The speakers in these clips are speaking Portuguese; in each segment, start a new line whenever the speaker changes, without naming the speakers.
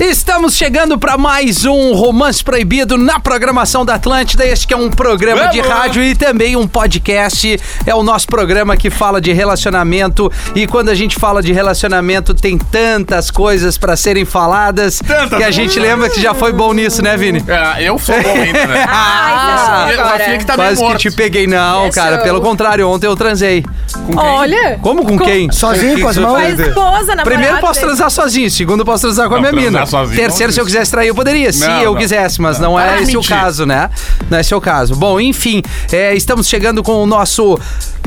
Estamos chegando para mais um Romance Proibido na programação da Atlântida. Este que é um programa de rádio e também um podcast. É o nosso programa que fala de relacionamento e quando a gente fala de relacionamento tem tantas coisas para serem faladas
Tantas.
que a gente lembra que já foi bom nisso, né, Vini?
É, eu sou bom ainda, né?
Ah,
Eu-
agora.
Rafinha que tá meio
Quase que tipo
morto.
te peguei não,
Essa
é
cara.
eu-
Pelo contrário, ontem eu transei.
Olha.
Como com quem?
Sozinho,
Que
É. com as
que você
mãos?
vai
A
fazer?
esposa, na
Primeiro posso transar sozinho, segundo posso transar com a
Não,
minha
transar
mina.
sozinho
Terceiro,
não
se eu quisesse trair, eu poderia, se
Não,
eu
não.
quisesse, mas não é
Ah,
esse o
mentira.
caso, né? Não é esse o caso. Bom, enfim, é, estamos chegando com o nosso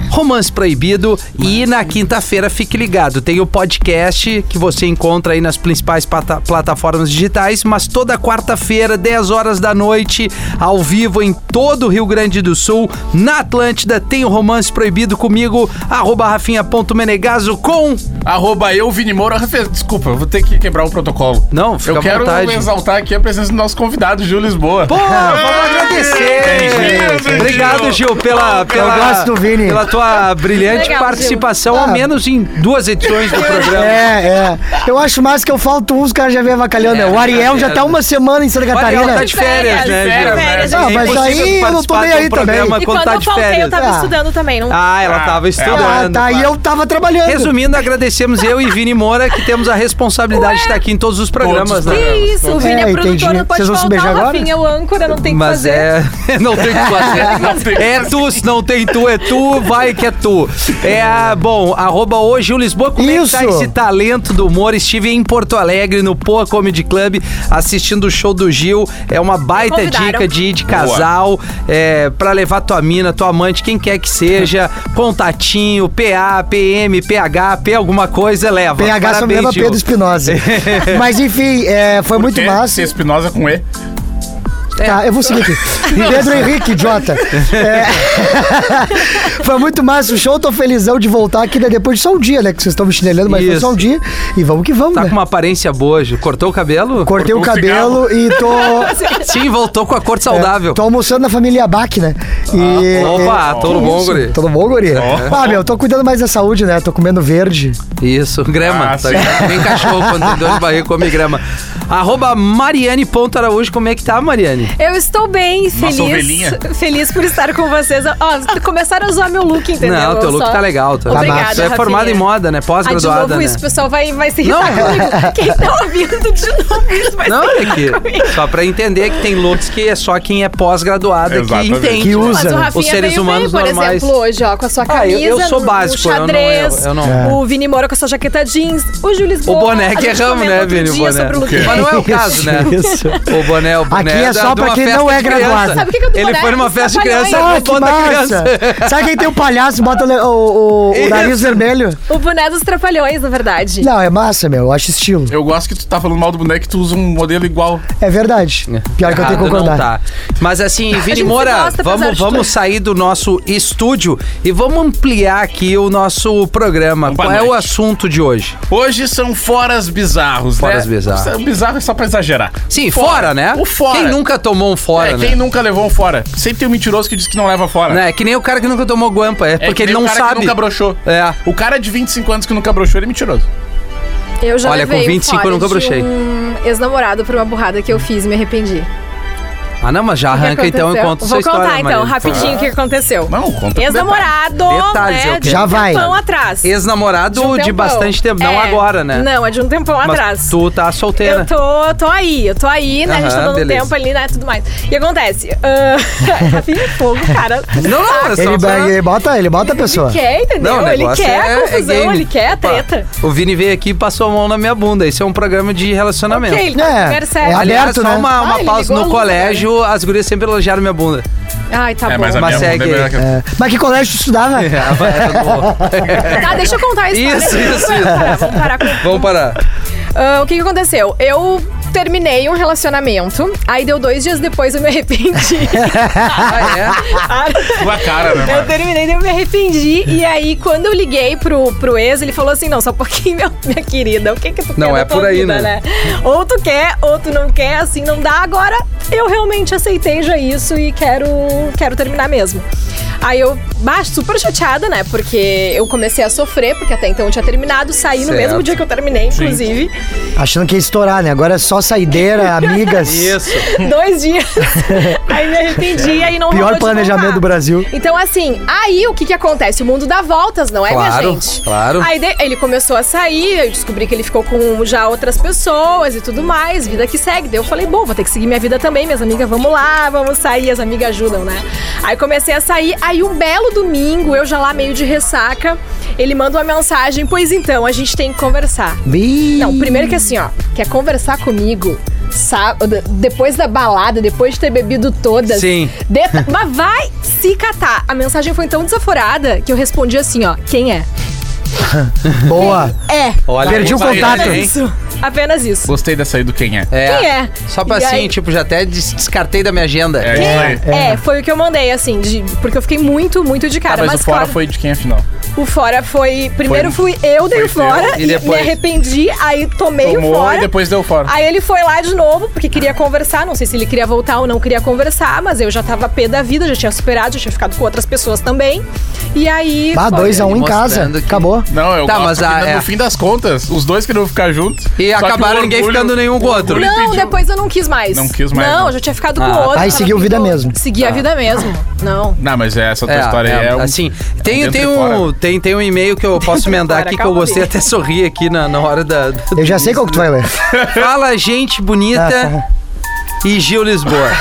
Romance Proibido e na quinta-feira fique ligado. Tem o podcast que você encontra aí nas principais pata- plataformas digitais, mas toda quarta-feira, 10 horas da noite, ao vivo em todo o Rio Grande do Sul, na Atlântida, tem o Romance Proibido comigo, arroba rafinha.menegaso com...
Arroba eu, Vini Moura. Rafa, Desculpa, eu vou ter que quebrar o protocolo.
Não, fica
Eu
à
quero
vontade.
exaltar aqui a presença do nosso convidado, Gil Lisboa.
Pô, vamos
Tem
agradecer!
Gil,
Obrigado,
tem
Gil, pela, pela,
gosto do Vini.
pela tua brilhante
Legal,
participação,
Gil.
ao
Ah.
menos em duas edições do programa.
É, é. Eu acho massa que eu falto um, os caras já vêm avacalhando. o Ariel já tá uma semana em Santa
É, O Ariel
Catarina.
tá de férias,
Férias,
né, Gil?
férias,
férias,
Ah, mas
impossível
aí
tu
eu não tô
participar
nem
de um
aí também.
programa
E
quando
quando
tá
eu
de
faltei, eu
férias.
tava
Ah.
estudando também. Não...
Ah, ela
Ah,
tava
é.
Ah,
estudando.
tá, e
claro.
eu tava trabalhando.
Resumindo, agradecemos eu e Vini Moura que temos a responsabilidade de estar aqui em todos os programas,
Todos os
né?
Que isso, o Vini é,
É,
produtor,
entendi.
não pode
Vocês vão se
faltar,
beijar
o
agora?
Rafinha é o âncora, não tem o que
Mas
fazer.
é. Não tem o que fazer. é tu, se não tem tu, é tu, vai que é tu. É, a- bom, arroba hoje o Lisboa. Como
Isso.
é que tá esse talento do humor? Estive em Porto Alegre, no Poa Comedy Club, assistindo o show do Gil. É uma baita
Convidaram.
dica de ir de casal, é, pra levar tua mina, tua amante, quem quer que seja, contatinho, PA, PM, PH, P alguma coisa, leva.
PH só me lembra
Gil.
Pedro Espinosa. Mas enfim, é, foi muito
Porque
massa.
se Espinosa com E.
Tá, eu vou seguir aqui. Pedro Henrique, idiota. É. foi muito massa o show, tô felizão de voltar aqui, né? Depois de só um dia, né? Que vocês estão me chinelando, mas
Isso.
foi só um dia. E vamos que vamos,
Tá
né?
com uma aparência boa, Gil. Cortou o cabelo?
Cortei o
Cortou o
cabelo e tô.
Sim, voltou com a cor saudável. Ah,
Tô almoçando na família Abac, né? E,
Opa,
e-
todo
que
bom,
isso?
guri?
Tudo bom, guri? Ah, meu, tô cuidando mais da saúde, né? Tô comendo verde.
Isso, grama.
Ah,
tá
sim.
ligado? Nem cachorro quando tem dor de barriga come grama. Arroba Mariane.araújo, como é que tá, Mariane?
Eu estou bem, feliz.
ovelhinha.
Feliz por estar com vocês. Ó, começaram a usar meu look, entendeu?
Não, teu
Eu
look
só-
tá legal. Tá
Obrigada,
Tu é formada em
Rafinha.
moda, né?
Ah, de
Pós-graduada,
novo
né?
isso, o pessoal vai, vai se irritar
Não. é.
comigo. Quem tá ouvindo de novo isso vai
Não,
se
é
irritar comigo.
que, só pra entender que tem looks que é só quem é pós-graduada que
Exatamente.
entende.
Que usa.
Mas o Rafinha
Os seres
veio
humanos
bem, por
normais.
exemplo, hoje, ó, com a sua
Ah, eu-
camisa,
eu sou
no-
básico,
no
eu não-
xadrez,
eu- eu não- É.
o Vini Moura com a sua jaqueta jeans, o Júlio
O
Lisboa.
boné que
a gente
erramos,
comenta
né,
outro
Vini? O
dia
boné.
sobre o look.
Mas não é o caso, né?
Isso.
O boné, o boné.
Aqui é
da-
só
de
pra
uma
quem
festa
não é
de criança.
graduado.
Sabe o que que eu tô
Ele
falando?
foi numa festa de criança,
Trapalhões.
ele
Ah, que
botou da criança.
massa! Sabe quem tem o palhaço bota le- o, o- o
Isso.
nariz vermelho?
O boné dos trapalhões, na verdade.
Não, é massa, meu. Eu acho estilo.
Eu gosto que tu tá falando mal do boneco e tu usa um modelo igual.
É verdade. Pior que eu tenho
Errado
que
não
concordar.
tá. Mas assim, Vini
se
Moura,
gosta, apesar
vamos,
de
vamos
tudo.
sair do nosso estúdio e vamos ampliar aqui o nosso programa.
Boa
Qual é o
noite.
assunto de hoje?
Hoje são foras bizarros,
Foras
né?
bizarros.
Bizarro é só pra exagerar.
Sim, fora, né?
O fora.
Quem nunca tomou um fora,
é,
né?
quem nunca levou um fora? Sempre tem um mentiroso que diz que não leva fora.
Né, É que nem o cara que nunca tomou guampa, é,
É
porque
que
ele
nem
não
o cara
sabe.
Que nunca broxou.
É.
O cara de 25 anos que nunca broxou, ele é mentiroso.
Eu já
Olha,
levei
com 25 eu
fora
nunca
de
brochei.
um ex-namorado por uma burrada que eu fiz e me arrependi.
Ah, não, mas já
O que
arranca então e
aconteceu?
conta sua
Vou
história.
contar então,
Maria.
rapidinho o que aconteceu.
Não, conta com
Ex-namorado,
Detalhes, eu
né?
quero.
de um
Já vai.
tempão atrás.
Ex-namorado de,
um tempão.
bastante tempo, não
É.
agora, né?
Não, é de um tempão
mas
atrás.
Tu tá solteira.
Eu tô, tô aí, eu tô aí, né? a gente tá
Aham,
dando
beleza.
tempo ali, né? Tudo mais. E acontece. ah, Rafinha fogo, cara.
Não, não, é só
Ele,
pra-
ele bota, ele bota a pessoa.
Quer, entendeu?
Não, o
ele
negócio
quer
é,
a
é
confusão,
game.
ele quer a
Opa,
treta.
O Vini veio aqui e passou a mão na minha bunda. Esse é um programa de relacionamento.
Ok, ele tá
É,
percebe.
é a-
Aliás,
Aberto,
só
né?
uma, uma
Ah, ele
pausa.
ligou
No
a luz
colégio, as gurias sempre elogiaram minha bunda.
Ai, tá
É,
bom.
mas a
Ah, Mas
minha
segue.
bunda é melhor que a-
É. Mas que colégio tu estudava?
É.
é,
Tá, deixa eu contar a história.
Isso, isso,
Vamos parar, vamos parar com
Vamos parar.
Ah, o que, que aconteceu? Eu terminei um relacionamento, aí deu dois dias depois eu me arrependi.
Ah, é?
Tua cara, né,
Eu
mano?
terminei, daí eu me arrependi. E aí, quando eu liguei pro, pro ex, ele falou assim: não, só um pouquinho, meu- minha querida, o que que tu quer?
Não,
da
é
tua
por aí,
vida,
né?
Ou tu quer, ou tu não quer, assim não dá. Agora eu realmente aceitei já isso e quero, quero terminar mesmo. Aí eu, bah, super chateada, né? Porque eu comecei a sofrer, porque até então eu tinha terminado, saí no
Certo.
mesmo dia que eu terminei, inclusive.
Achando que ia estourar, né? Agora é só saideira, amigas.
Isso.
Dois dias. aí me arrependi e aí não rolou
Pior
de
planejamento
voltar.
do Brasil.
Então, assim, aí o que que acontece? O mundo dá voltas, não é,
Claro,
minha gente?
claro.
Aí de- ele começou a sair, eu descobri que ele ficou com já outras pessoas e tudo mais, vida que segue. Daí eu falei, bom, vou ter que seguir minha vida também, minhas amigas, vamos lá, vamos sair, as amigas ajudam, né? Aí comecei a sair, aí um belo domingo, eu já lá meio de ressaca, ele manda uma mensagem, pois então, a gente tem que conversar.
Ih,
Não, primeiro que assim, ó, quer conversar comigo sábado, depois da balada, depois de ter bebido todas.
Sim.
Deta- mas vai se catar. A mensagem foi tão desaforada que eu respondi assim, ó, quem é?
Boa.
É.
Olha,
Perdi o
aí,
Ah,
contato.
hein?
Isso. Apenas isso.
Gostei dessa aí do quem é.
É.
Quem é?
Só pra
E
assim,
aí-
tipo, já até des- descartei da minha agenda.
É, isso aí.
É, foi o que eu mandei, assim, de- porque eu fiquei muito, muito de cara.
Ah, mas, o fora
claro,
foi de quem afinal?
o fora foi. Primeiro
Foi-
fui eu,
foi
dei o fora,
teu, e
e me
depois?
arrependi, aí tomei o
Tomou
fora.
e depois deu fora.
Aí ele foi lá de novo, porque queria conversar. Não sei se ele queria voltar ou não queria conversar, mas eu já tava pé da vida, já tinha superado, já tinha ficado com outras pessoas também. E aí.
Bah,
foi.
2 a 1 um em
mostrando
casa.
que-
Acabou.
Não, eu
Tá,
gosto
mas
porque
a-
no
é.
fim das contas, os dois queriam ficar juntos.
E
só que
acabaram
o
ninguém
orgulho-
ficando nenhum com o outro.
orgulho
Não,
impediu.
depois eu não quis mais.
Não quis mais,
Não,
não. tá.
eu já tinha ficado com
Ah,
o outro.
aí
tava
seguiu
com
vida
o-
mesmo.
Segui a vida mesmo. Não.
Não, mas essa tua
É,
história é,
é,
um-
assim,
é um
tem,
dentro
tem,
e
um,
fora.
tem, tem um e-mail que eu posso emendar
fora,
aqui que eu
calma
gostei
aí.
até sorrir aqui na, na hora da, da-
Eu já sei qual que tu vai ler.
Fala, gente
Ah,
bonita e Gil Lisboa.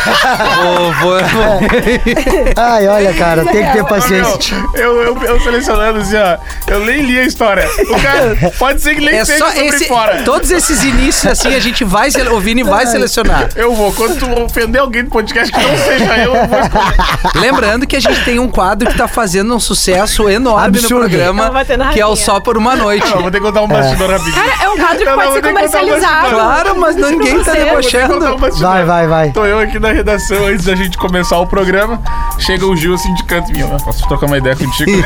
vou, vou,
Ai, olha, cara, tem que ter paciência.
Meu, eu, eu, eu selecionando assim, ó. Eu nem li a história. O cara, pode ser que nem
É
seja
só
sobre
esse,
fora.
todos esses inícios assim a gente vai sele- o Vini vai selecionar.
Eu vou. Quando tu ofender alguém do podcast que não seja eu, eu vou escolher.
Lembrando que a gente tem um quadro que tá fazendo um sucesso enorme
Absurdo.
no programa,
Tava batendo
que é o
rainha.
Só por uma noite.
Não, vou ter que contar um bastidor rapidinho.
Cara, é um quadro que
Eu não
pode
vou
ser
ter que contar mais
comercializado.
nada.
Claro, mas ninguém tá
Você-
Vou
debochando.
contar um bastidor.
Vai, vai, vai.
Tô eu aqui na redação antes da gente começar o programa. Chega o Gil assim de canto meu. Posso trocar uma ideia contigo?
O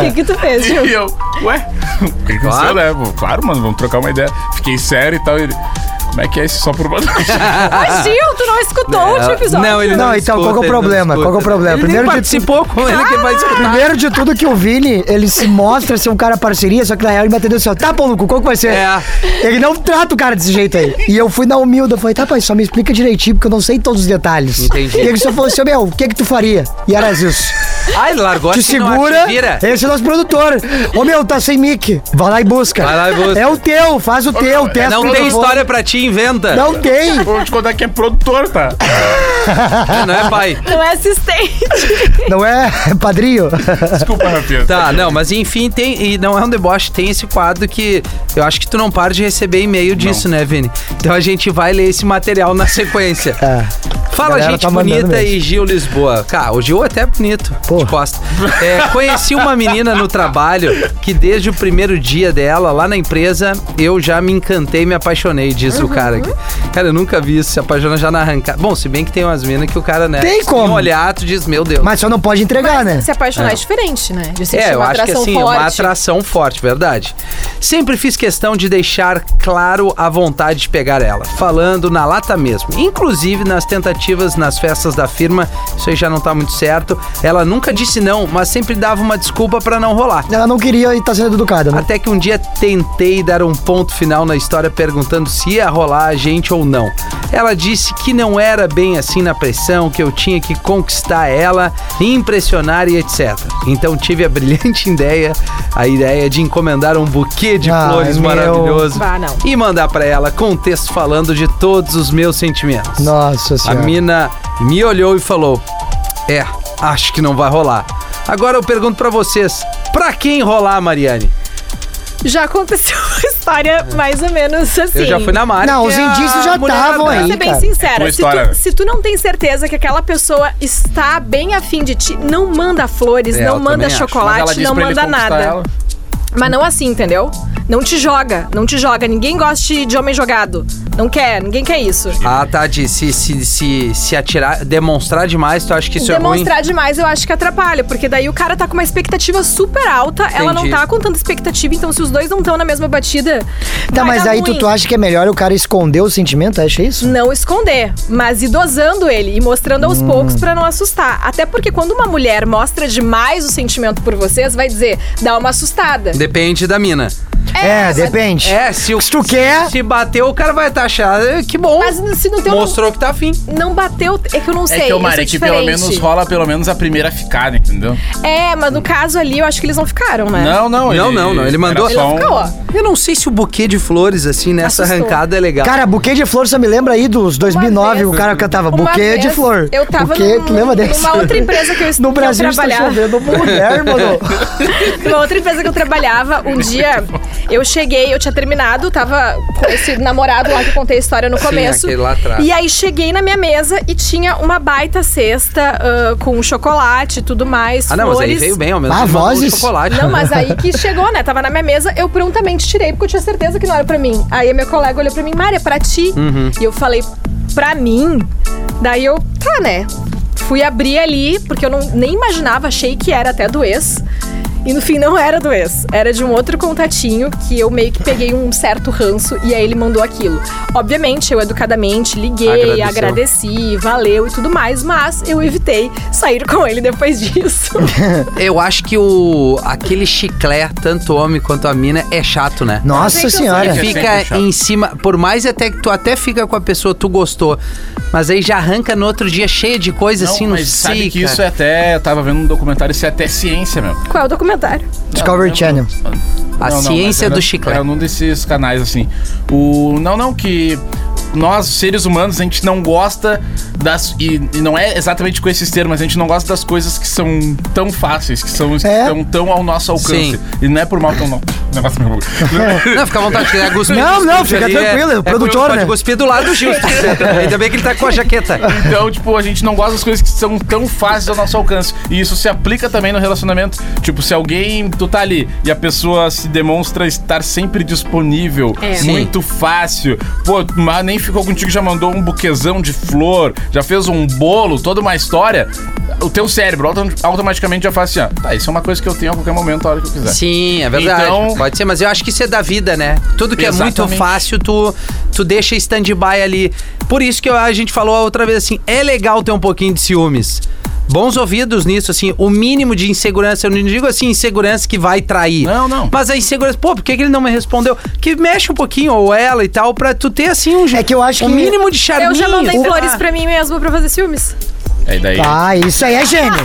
que, que tu fez, Gil?
e eu, ué? O que aconteceu, né? Pô, Claro, mano, vamos trocar uma ideia. Fiquei sério e tal. e ele, como é que é isso só por uma noite?
Mas, Gil, tu não escutou o
É.
último episódio.
Não, ele não,
Não, então, qual que é o
escuta, ele não
problema?
escuta.
Qual que é o problema?
Ele
Primeiro
nem
de
participou com ele que vai escutar.
Primeiro de tudo que o Vini, ele se mostra ser um cara parceria, só que na real ele bateu assim, ó, tá, pau no cu, qual que vai ser?
É.
Ele não trata o cara desse jeito aí. E eu fui na humilde, eu falei, tá, pai, só me explica direitinho, porque eu não sei todos os detalhes.
Entendi.
E ele só falou assim, meu, o que que tu faria? E era isso.
Ai, ele largou
Te
assim, não,
segura,
te vira.
esse é o nosso produtor. Ô, meu, tá sem mic, vai lá e busca.
Vai lá e busca.
É o teu, faz o teu, testa. o
Não tem
microfone.
história pra ti, inventa. Não,
Não tem.
Vou te contar que é produtor, tá?
não é pai.
Não é assistente.
Não é, padrinho.
Desculpa, Rafinha.
Tá, não, mas enfim, tem. E não é um deboche, tem esse quadro que eu acho que tu não para de receber e-mail disso, né, Vini? Então a gente vai ler esse material na sequência.
É.
Fala,
galera
gente
tá mandando
bonita
mesmo.
e Gil Lisboa. Cara, o Gil é até bonito,
Pô.
de costa. É, conheci uma menina no trabalho que desde o primeiro dia dela, lá na empresa, eu já me encantei, me apaixonei, diz o cara aqui. Cara, eu nunca vi isso, se apaixona já na arrancada. Bom, se bem que tem umas minas que o cara, né?
Tem como.
Um olhar, tu diz, meu Deus.
Mas só não pode entregar, né?
Se apaixonar é, diferente, né? De sentir
É, eu
uma
acho que
atração
assim, é
forte.
uma atração forte, verdade. Sempre fiz questão de deixar claro a vontade de pegar ela, falando na lata mesmo. Inclusive nas tentativas nas festas da firma, isso aí já não tá muito certo. Ela nunca disse não, mas sempre dava uma desculpa pra não rolar.
Ela não queria e tá sendo educada, né?
Até que um dia tentei dar um ponto final na história perguntando se ia rolar a gente ou não. Ela disse que não era bem assim na pressão, que eu tinha que conquistar ela, impressionar e etc. Então tive a brilhante ideia, a ideia de encomendar um buquê de
Ai,
flores
meu.
maravilhoso
Bah, Ah, não.
e mandar pra ela com texto falando de todos os meus sentimentos.
Nossa
A
senhora.
mina me olhou e falou: É, acho que não vai rolar. Agora eu pergunto pra vocês: pra quem rolar, Mariane?
Já aconteceu uma história mais ou menos assim.
Eu já fui na Mari.
Não,
que
os
é a
indícios já
mulher
estavam
da-
aí.
Pra ser bem
cara.
É
sincera,
tua
se tu,
história.
se tu não tem certeza que aquela pessoa está bem afim de ti, não manda flores,
É, eu
não manda
também acho.
chocolate, não manda nada. Mas não assim, entendeu? Não te joga, não te joga. Ninguém gosta de- de homem jogado. Não quer, ninguém quer isso.
Ah, tá, de se, se, se, se atirar, demonstrar demais, tu acha que isso é ruim?
Demonstrar demais eu acho que atrapalha, porque daí o cara tá com uma expectativa super alta, ela não
Entendi.
tá com tanta expectativa, então se os dois não estão na mesma batida.
Tá,
vai
mas
dar
aí tu,
ruim.
tu acha que é melhor o cara esconder o sentimento? Acha isso?
Não esconder, mas ir dosando ele e mostrando
Hum.
aos poucos pra não assustar. Até porque quando uma mulher mostra demais o sentimento por vocês, vai dizer, dá uma assustada.
Depende da mina.
É, depende.
É, se, o,
Se tu quer.
se bater, o cara vai taxar. eh, Que bom.
Mas se no teu
Mostrou que tá afim.
não bateu, é que eu não sei.
É que o
isso
Mari, que pelo
diferente.
menos rola pelo menos a primeira ficada, entendeu?
É, mas no caso ali eu acho que eles não ficaram, né?
Não, não,
Não, não, não. Ele mandou.
era só um
Ele ficou, ó.
Eu não sei se o buquê de flores, assim, nessa
Assustou.
arrancada é legal.
Cara, buquê de flor só me lembra aí dos 2009,
vez-
o cara cantava
Uma
buquê
vez
de flor.
Eu tava
buquê,
num-
tu lembra desse?
numa outra empresa que eu
No
estava
Brasil está
trabalhar.
chovendo mulher, mano.
Numa outra empresa que eu trabalhava, um dia eu cheguei, eu tinha terminado, tava com esse namorado lá que eu contei a história no começo.
aquele lá atrás.
E aí cheguei na minha mesa e tinha uma baita cesta ah, com chocolate e tudo mais.
ah, não, mas aí
flores.
veio bem, ao menos.
Ah,
ele mandou um
vozes?
chocolate.
Não, mas aí que chegou, né? Tava na minha mesa, eu prontamente tirei, porque eu tinha certeza que não era pra mim. Aí meu colega olhou pra mim, Mari, é pra ti. E eu falei, pra mim? Daí eu, tá, né? Fui abrir ali, porque eu não, nem imaginava, achei que era até do ex. E no fim não era do ex, era de um outro contatinho que eu meio que peguei um certo ranço e aí ele mandou aquilo. Obviamente, eu educadamente liguei,
Agradeceu.
agradeci, valeu e tudo mais, mas eu evitei sair com ele depois disso.
Eu acho que o aquele chiclé, tanto homem quanto a mina, é chato, né?
Tem que
Nossa
usar.
senhora.
E
É sempre
fica
chato.
em cima, por mais até que tu até fica com a pessoa, tu gostou, mas aí já arranca no outro dia cheia de coisa
Não,
assim, não
mas
sei,
sabe que
cara.
isso é até. Eu tava vendo um documentário, isso é até ciência, meu.
Qual é o documentário?
Discovery Channel.
A
mas
ciência
era-
do chiclete.
Era num desses canais, assim. O. Não, não, que. Nós, seres humanos, a gente não gosta das. E, e não é exatamente com esses termos, mas a gente não gosta das coisas que são tão fáceis, que são que
É.
estão tão ao nosso alcance.
Sim.
E não é por mal tão. Não. Negócio meio louco. é-
Não, fica à vontade, se quiser cuspir.
Não, não, fica
ali, é,
tranquilo, o produtor,
pode
né?
cuspir do lado do Gilson. Ainda bem que ele tá com a jaqueta.
Então, tipo, a gente não gosta das coisas que são tão fáceis ao nosso alcance. E isso se aplica também no relacionamento. Tipo, se alguém, tu tá ali e a pessoa se demonstra estar sempre disponível,
É.
muito fácil. Pô, mas nem ficou contigo, já mandou um buquezão de flor, já fez um bolo, toda uma história. O teu cérebro auto- automaticamente já faz assim, ó. Tá, isso é uma coisa que eu tenho a qualquer momento, a hora que eu quiser.
Sim, é verdade.
Então-
Pode ser, mas eu acho que isso é da vida, né? Tudo que é muito
Exatamente.
fácil, tu, tu deixa stand-by ali. Por isso que eu- a gente falou a outra vez assim, é legal ter um pouquinho de ciúmes. Bons ouvidos nisso, assim, o mínimo de insegurança. Eu não digo assim, insegurança que vai trair.
Não, não.
Mas a insegurança, pô, por que, que ele não me respondeu? Que mexe um pouquinho, ou ela e tal, pra tu ter, assim, um,
É que eu acho
um
que-
mínimo de charminho. Ah.
Eu já mandei
sei
flores
lá.
pra mim mesma pra fazer ciúmes.
Aí daí.
Ah, isso aí é gênio.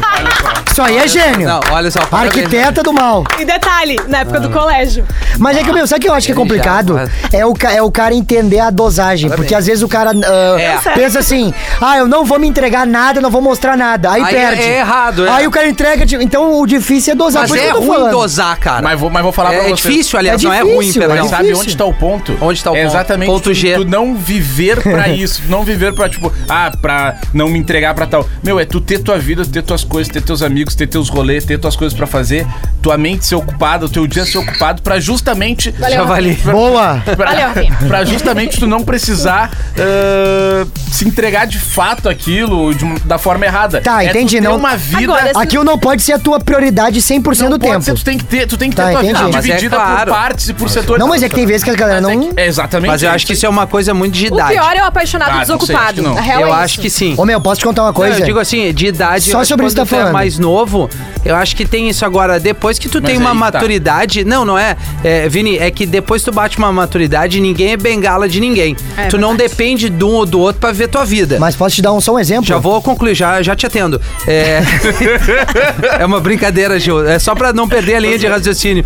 Isso aí é gênio.
Não, olha só. parabéns.
Arquiteta do mal.
E detalhe, na época
Ah.
do colégio.
Mas é que, meu, sabe o que eu acho que é
Ele já
complicado?
faz.
É o, ca- é o cara entender a dosagem. Porque às vezes o cara ah,
É.
pensa assim: ah, eu não vou me entregar nada, não vou mostrar nada. Aí,
Aí
perde.
é errado, é.
Aí o cara entrega. tipo, Então o difícil é dosar.
Mas
por isso
é
que eu tô
ruim
falando.
dosar, cara.
Mas vou, mas vou falar pra
é
vocês.
difícil, aliás,
É
não é ruim,
difícil, é
perdão.
difícil.
Sabe onde tá o ponto?
Onde tá o
É
ponto?
Exatamente.
Ponto
tu,
G.
tu não viver pra isso. Tu não viver pra, tipo, ah, pra não me entregar pra tal. Meu, é tu ter tua vida, ter tuas coisas, ter teus amigos, ter teus rolês, ter tuas coisas pra fazer, tua mente ser ocupada, o teu dia ser ocupado pra justamente.
Valeu.
Javali.
Boa!
Pra,
Valeu, Rafinha.
pra justamente tu não precisar ah, se entregar de fato aquilo de um- da forma errada.
Tá,
é
entendi,
tu ter
não-
uma vida.
Agora, esse-
Aquilo não pode ser a tua prioridade 100% do
Pode
tempo.
ser, tu tem que ter, tu tem que ter
Tá,
tua
entendi.
vida
Ah,
mas é
dividida
claro.
por partes e por setores.
Não, mas é que tem vezes que a galera
Mas é
não.
que- é exatamente.
Mas eu acho que isso é uma coisa muito de
O
idade.
pior é o apaixonado
Ah, não sei,
desocupado.
acho que não.
A real
eu
é
acho
isso.
que sim.
Ô, meu, posso te contar uma
Não,
coisa?
eu digo assim, de idade,
Só
eu acho
sobre
que
isso
quando tu
tá
é
falando.
mais novo, eu acho que tem isso agora. Depois que tu tem
aí
uma
que tá.
maturidade. Não, não é, é, Vini, é que depois tu bate uma maturidade, ninguém é bengala de ninguém.
É
tu não
verdade.
depende de um ou do outro pra ver tua vida.
Mas posso te dar um, só um exemplo?
Já vou concluir, já, já te atendo. É... é uma brincadeira, Gil. É só pra não perder a linha de raciocínio.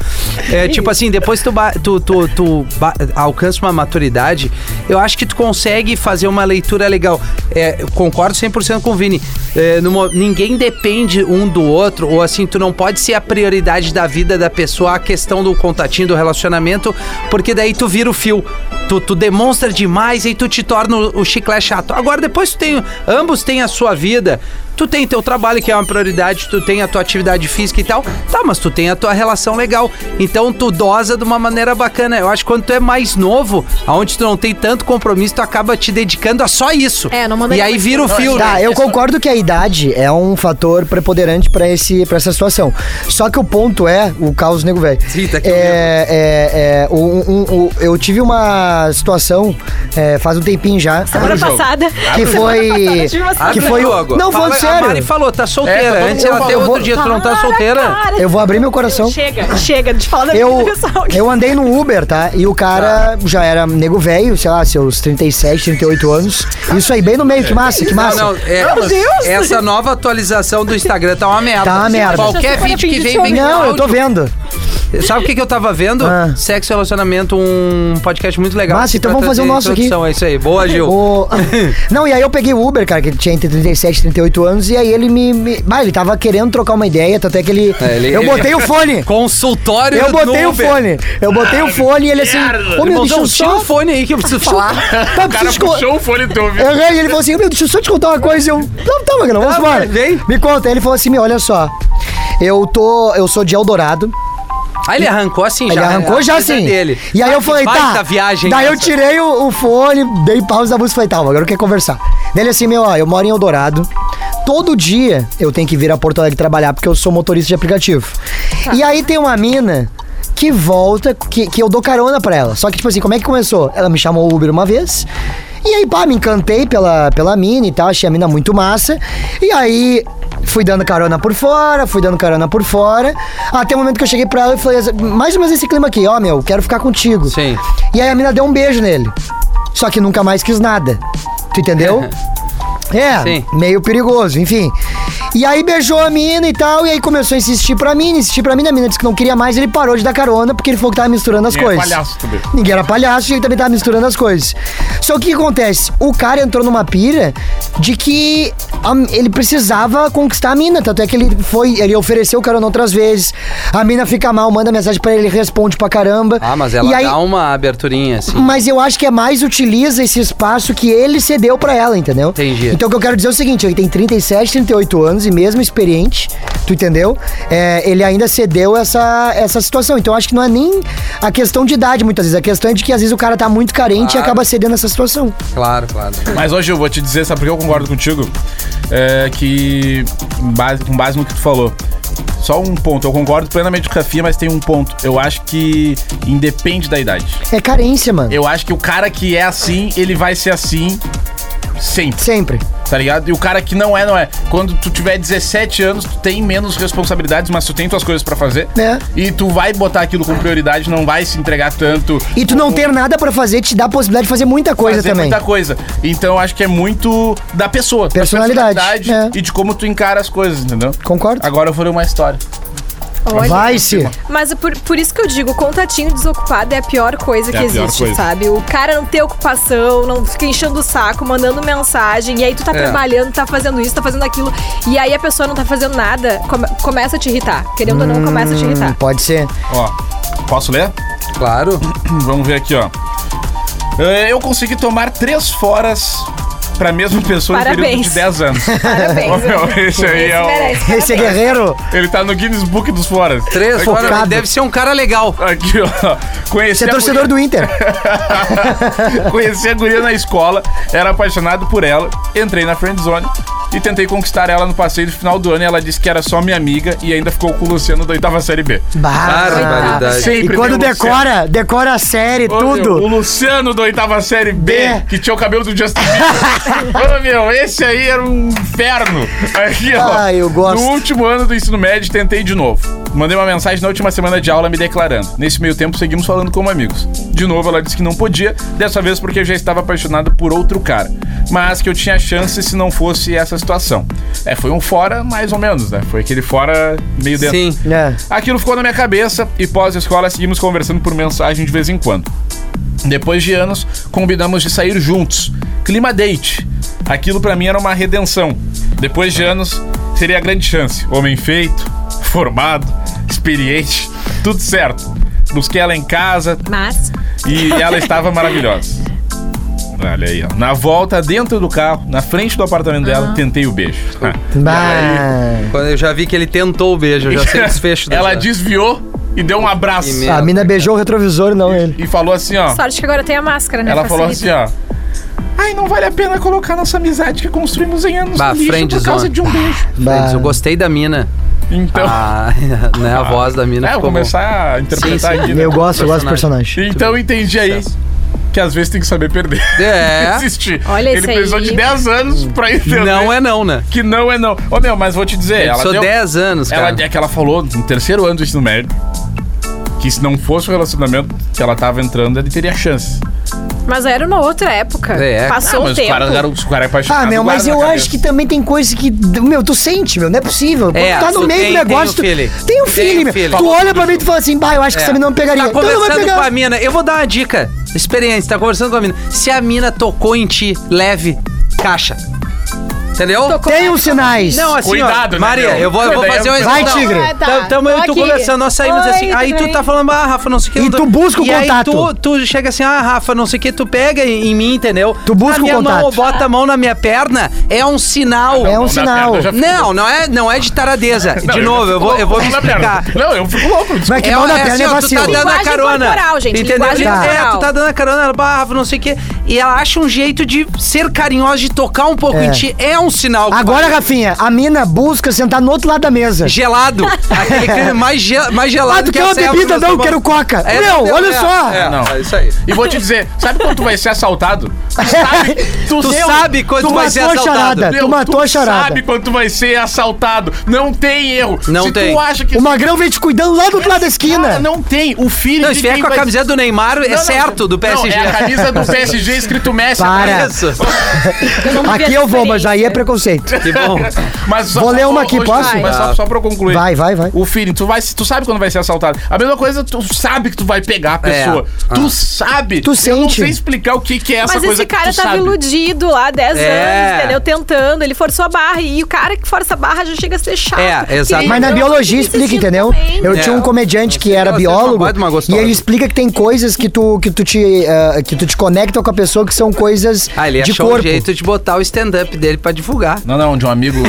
É, tipo assim, depois tu, ba- tu, tu, tu ba- alcança uma maturidade, eu acho que tu consegue fazer uma leitura legal. É, eu concordo 100% com o Vini. É, no mo- ninguém depende um do outro, ou assim, tu não pode ser a prioridade da vida da pessoa, a questão do contatinho, do relacionamento, porque daí tu vira o fio. Tu, tu demonstra demais e tu te torna o, o chiclete chato. Agora, depois tu tem. Ambos têm a sua vida. tu tem teu trabalho, que é uma prioridade, tu tem a tua atividade física e tal, tá, mas tu tem a tua relação legal. Então tu dosa de uma maneira bacana. Eu acho que quando tu é mais novo, aonde tu não tem tanto compromisso, tu acaba te dedicando a só isso.
É, não mandaria
E aí
mais
vira o fio, né?
Tá, eu concordo que a idade é um fator preponderante pra, esse, pra essa situação. Só que o ponto é, o caos nego velho.
Sim, tá aqui
é, é, é, o- um- um- o- Eu tive uma situação é, faz um tempinho já.
Tá
Semana passada.
Ah.
Que
Semana
foi.
passada, tive uma
Que
semana.
foi. o-
Jogo.
Não, falando
Fala- A Mari
sério.
falou, tá solteira.
É, tá
Antes ela
bom.
até
Eu
outro
vou-
dia, tu não tá
Para,
solteira.
cara.
Eu vou abrir meu
um-
coração.
Chega, chega de falar da vida
Eu,
do pessoal.
eu andei no Uber, tá? E o cara já era nego velho, sei lá, seus 37, 38 anos. Isso aí, bem no meio, que massa, que massa.
Não, não, é,
Meu Deus!
Essa nova atualização do Instagram tá uma merda.
Tá uma merda.
Qualquer
Você
vídeo que
pode
vem,
pedir
vem com
Não, eu
áudio.
tô vendo.
Sabe o que, que eu tava vendo?
Ah.
Sexo e Relacionamento, um podcast muito legal.
Massa, então
Pra
vamos fazer o
trazer
nosso aqui.
introdução, É isso aí. Boa, Gil.
O- Não, e aí eu peguei o Uber, cara, que ele tinha entre 37 e 38 anos, e aí ele me. me... Bah, ele tava querendo trocar uma ideia, tanto é que ele.
É, ele-
eu
ele-
botei o fone.
Consultório
Eu
do
botei o
Uber.
fone. Eu botei o fone e ele assim. Ô meu, deixa
Irmãozão,
eu
tira o
só.
fone aí que eu preciso falar.
Tá,
O cara
preciso te co-
puxou o fone do teu ouvido.
Eu errei, ele falou assim, meu, deixa eu só te contar uma coisa. Eu, não, tá, Magrão, vamos
Tá,
embora.
vem.
Me conta. Aí ele falou assim, meu, olha só. Eu tô. Eu sou de Eldorado.
Aí ele arrancou assim já.
Ele arrancou
a
já
coisa
assim.
Dele.
E aí
Ah,
eu
que
falei,
baita
tá.
viagem
daí eu
essa.
tirei o, o fone, dei pausa da música e falei, tá, agora eu quero conversar. Daí ele assim, meu, ó, eu moro em Eldorado. Todo dia eu tenho que vir a Porto Alegre trabalhar, porque eu sou motorista de aplicativo. E aí tem uma mina que volta, que, que eu dou carona pra ela. Só que, tipo assim, como é que começou? Ela me chamou o Uber uma vez. E aí, pá, me encantei pela, pela mina e tal, achei a mina muito massa. E aí, fui dando carona por fora, fui dando carona por fora. Até o momento que eu cheguei pra ela e falei, mais ou menos esse clima aqui, ó, meu, quero ficar contigo.
Sim.
E aí a mina deu um beijo nele. Só que nunca mais quis nada. Tu entendeu? É,
Sim.
meio perigoso, enfim. E aí beijou a mina e tal, e aí começou a insistir pra mina, insistir pra mina, a mina disse que não queria mais, ele parou de dar carona, porque ele falou que tava misturando as
É,
coisas.
palhaço também.
Ninguém era palhaço e ele também tava misturando as coisas. Só que o que acontece? O cara entrou numa pira de que a- ele precisava conquistar a mina. Tanto é que ele foi, ele ofereceu o carona outras vezes. A mina fica mal, manda mensagem pra ele, ele responde pra caramba.
Ah, mas ela
e aí,
dá uma aberturinha assim.
Mas eu acho que é mais utiliza esse espaço que ele cedeu pra ela, entendeu?
Entendi.
Então o que eu quero dizer é o seguinte, ele tem 37, 38 anos e mesmo experiente, tu entendeu? É, ele ainda cedeu essa, essa situação. Então eu acho que não é nem a questão de idade muitas vezes, a questão é de que às vezes o cara tá muito carente e
Claro.
acaba cedendo essa situação.
Claro, claro.
Mas hoje eu vou te dizer, sabe por que eu concordo contigo? É que, em base- com base no que tu falou, só um ponto. Eu concordo plenamente com o Rafinha, mas tem um ponto. Eu acho que independe da idade.
É carência, mano.
Eu acho que o cara que é assim, ele vai ser assim sempre,
Sempre.
tá ligado? E o cara que não é, não é. Quando tu tiver 17 anos, tu tem menos responsabilidades, mas tu tem tuas coisas pra fazer.
É.
E tu vai botar aquilo com prioridade, não vai se entregar tanto.
E tu não
Ou-
ter nada pra fazer te dá a possibilidade de fazer muita coisa
fazer
também.
muita coisa. Então eu acho que é muito da pessoa, da
Personalidade,
personalidade
é.
e de como tu encara as coisas, entendeu?
Concordo.
Agora eu vou ler uma história.
Olha,
Vai-se.
Mas por, por isso que eu digo, o contatinho desocupado é a pior coisa
É
que
a pior
existe,
coisa.
sabe? O cara não ter ocupação, não fica enchendo o saco, mandando mensagem, e aí tu tá
É.
trabalhando, tá fazendo isso, tá fazendo aquilo, e aí a pessoa não tá fazendo nada, come- começa a te irritar. Querendo ou não, começa a te irritar.
Hum, pode ser.
Ó, posso ler?
Claro.
Vamos ver aqui, ó. É, Eu consegui tomar três foras pra mesma pessoa no período
Parabéns.
de 10 anos. Ó,
Parabéns.
meu, esse aí é o...
merece, parabéns.
Esse é guerreiro.
Ele tá no Guinness Book dos Foras.
Três,
Focado.
fora, deve ser um cara legal.
Aqui, ó. Conheci
Você é
a
torcedor do Inter.
Conheci a guria na escola, era apaixonado por ela, entrei na friendzone e tentei conquistar ela no passeio de final do ano e ela disse que era só minha amiga e ainda ficou com o Luciano da oitava série B.
Bah.
Barbaridade.
E
Sempre
quando
tem o Luciano.
decora, decora a série,
Ô, meu,
tudo.
o Luciano da oitava série B,
É.
que tinha o cabelo do Justin Bieber. Ô, meu, esse aí era um inferno. Aqui, ó.
Ah, eu gosto.
No último ano do ensino médio, tentei de novo. Mandei uma mensagem na última semana de aula me declarando. Nesse meio tempo, seguimos falando como amigos. De novo, ela disse que não podia, dessa vez porque eu já estava apaixonado por outro cara. Mas que eu tinha chance se não fosse essa situação. É, foi um fora, mais ou menos, né? Foi aquele fora meio dentro.
Sim.
É.
Aquilo ficou na minha cabeça e pós-escola seguimos conversando por mensagem de vez em quando. Depois de anos, combinamos de sair juntos. Clima date. Aquilo pra mim era uma redenção. Depois de anos, seria a grande chance. Homem feito, formado, experiente, tudo certo. Busquei ela em casa
Mas,
e ela estava maravilhosa. Olha aí, ó. Na volta, dentro do carro, na frente do apartamento dela, tentei o beijo.
Bah.
Quando eu já vi que ele tentou o beijo, eu já sei o desfecho
Ela
dessa.
desviou e deu um abraço.
E me-
A mina beijou o retrovisor, não ele.
E falou assim, ó.
Sorte que agora tem a máscara, né?
Ela falou assim,
Facilita.
ó. Ai, não vale a pena colocar nossa amizade que construímos em anos
Bah, Ah,
no lixo por
friendzone.
causa de um beijo.
Bah.
Eu gostei da mina.
Então,
Ah, né, a voz da mina
é, eu
ficou
começar a
Sim,
interpretar
sim.
aqui, né?
Eu gosto, eu gosto do personagem.
Então eu entendi aí
Sucesso.
que às vezes tem que saber perder.
bom. É,
Existe.
Olha
Ele
esse
precisou
aí.
de 10 anos pra entender.
não é não, né?
Que não é não. Ô, meu, mas vou te dizer,
Eu
É, ela
sou
deu...
10 anos, cara.
Ela, é que ela falou no terceiro ano do ensino médio que se não fosse o relacionamento que ela tava entrando, ele teria chance.
Mas era uma outra época.
É.
Passou o
Ah, mas o
tempo.
cara, era, os cara é apaixonado.
Ah, meu, mas
guarda
eu
na
acho
cabeça.
que também tem coisa que. Meu, tu sente, meu, não é possível. Quando
É,
tu tá
tu
no meio
tem-
do
tem o
negócio. tu-
feeling.
Tem o
Tem
feeling,
o
meu.
feeling.
Tu olha pra mim e tu fala assim, bah, eu acho que
É.
essa mina não pegaria.
Tá
Então não vai
conversando
pegar.
com a mina. Eu vou dar uma dica. Experiência, tá conversando com a mina. Se a mina tocou em ti, leve, caixa. Entendeu?
Tocou-
Tem os sinais.
Não, assim,
Cuidado,
ó,
né,
Maria,
meu?
eu vou, eu vou
Daí
fazer
eu-
um
Vai,
não,
tigre.
Ah, tá.
Tam- Tamo eu e
Tô
tu
aqui.
conversando, nós saímos
Oi,
assim. Aí
tudo
tu
bem?
tá falando, ah, Rafa, não sei o que.
E
não tô-
tu busca o
E aí
contato.
tu, tu chega assim, ah, Rafa, não sei o que, tu pega em, em mim, entendeu?
Tu busca
na
o
minha Mão,
contato.
ou bota a mão na minha perna, é um sinal.
É
Mão
um
na perna,
sinal.
eu já fico-
Não, não é, não é de taradeza. De
Não,
novo,
já
eu
fico
vou, eu vou
louco, mão na
explicar.
perna. Não, eu fico louco.
Mas que mão na perna é
ó, tu tá
vacilo.
dando a
Linguagem
carona.
corporal, gente,
Entendeu?
linguagem
É,
corporal.
tu tá dando a carona, ela barra, não sei o quê. E ela acha um jeito de ser carinhosa, de tocar um pouco
É.
em ti. É um sinal.
Agora, Rafinha, a mina busca sentar no outro lado da mesa.
Gelado. Aquele creme mais, ge- mais gelado
Ah, tu
que
quer
a
uma
selva
bebida?
que nós
Não,
tomamos.
quero coca.
É,
Meu,
não,
olha
é,
só.
É,
Não.
não. é isso aí.
E vou te dizer, sabe quando tu vai ser assaltado? Tu sabe, tu
Tu
deu-
sabe quando
tu
vai ser
matou a
assaltado.
charada.
Meu,
Tu matou a charada.
sabe quando tu vai ser assaltado. Não tem erro.
Não
Se
tem.
tu acha que...
O magrão vem te cuidando lá do outro lado da esquina.
Cara, não tem. O filho
Não,
de
se vier
quem
com a
vai-
camiseta do Neymar, é
Não, não,
certo, do
não,
PSG.
é a camisa do PSG escrito Messi.
Para.
atrás.
É Isso.
Eu não vi
Aqui
a
eu vou, mas
diferença.
aí é preconceito.
Que bom.
Mas só-
Vou ler uma
ô,
aqui,
ô,
posso?
Mas só, só pra eu concluir.
Vai, vai, vai.
O filho, tu, vai, tu sabe quando vai ser assaltado. A mesma coisa, tu sabe que tu vai pegar a pessoa.
É.
Tu sabe.
Tu
Eu não
sente.
sei explicar o que, que é essa
Mas
coisa
esse cara
que tu
tava
sabe.
iludido lá 10
É.
anos, entendeu? Tentando, ele forçou a barra. E o cara que força a barra já chega a ser chato.
É,
Porque
exato.
ele
Mas na
não
biologia
se
explica,
sentiu
entendeu?
bem.
Eu
É.
tinha um comediante que era
Ela tem uma
biólogo
baita, uma
e
gostosa.
ele explica que tem coisas que tu que tu te eh, que tu te conecta com a pessoa que são coisas
Ah, ele
de
achou
corpo.
um jeito de botar o stand-up dele pra divulgar.
Não, não, de um amigo.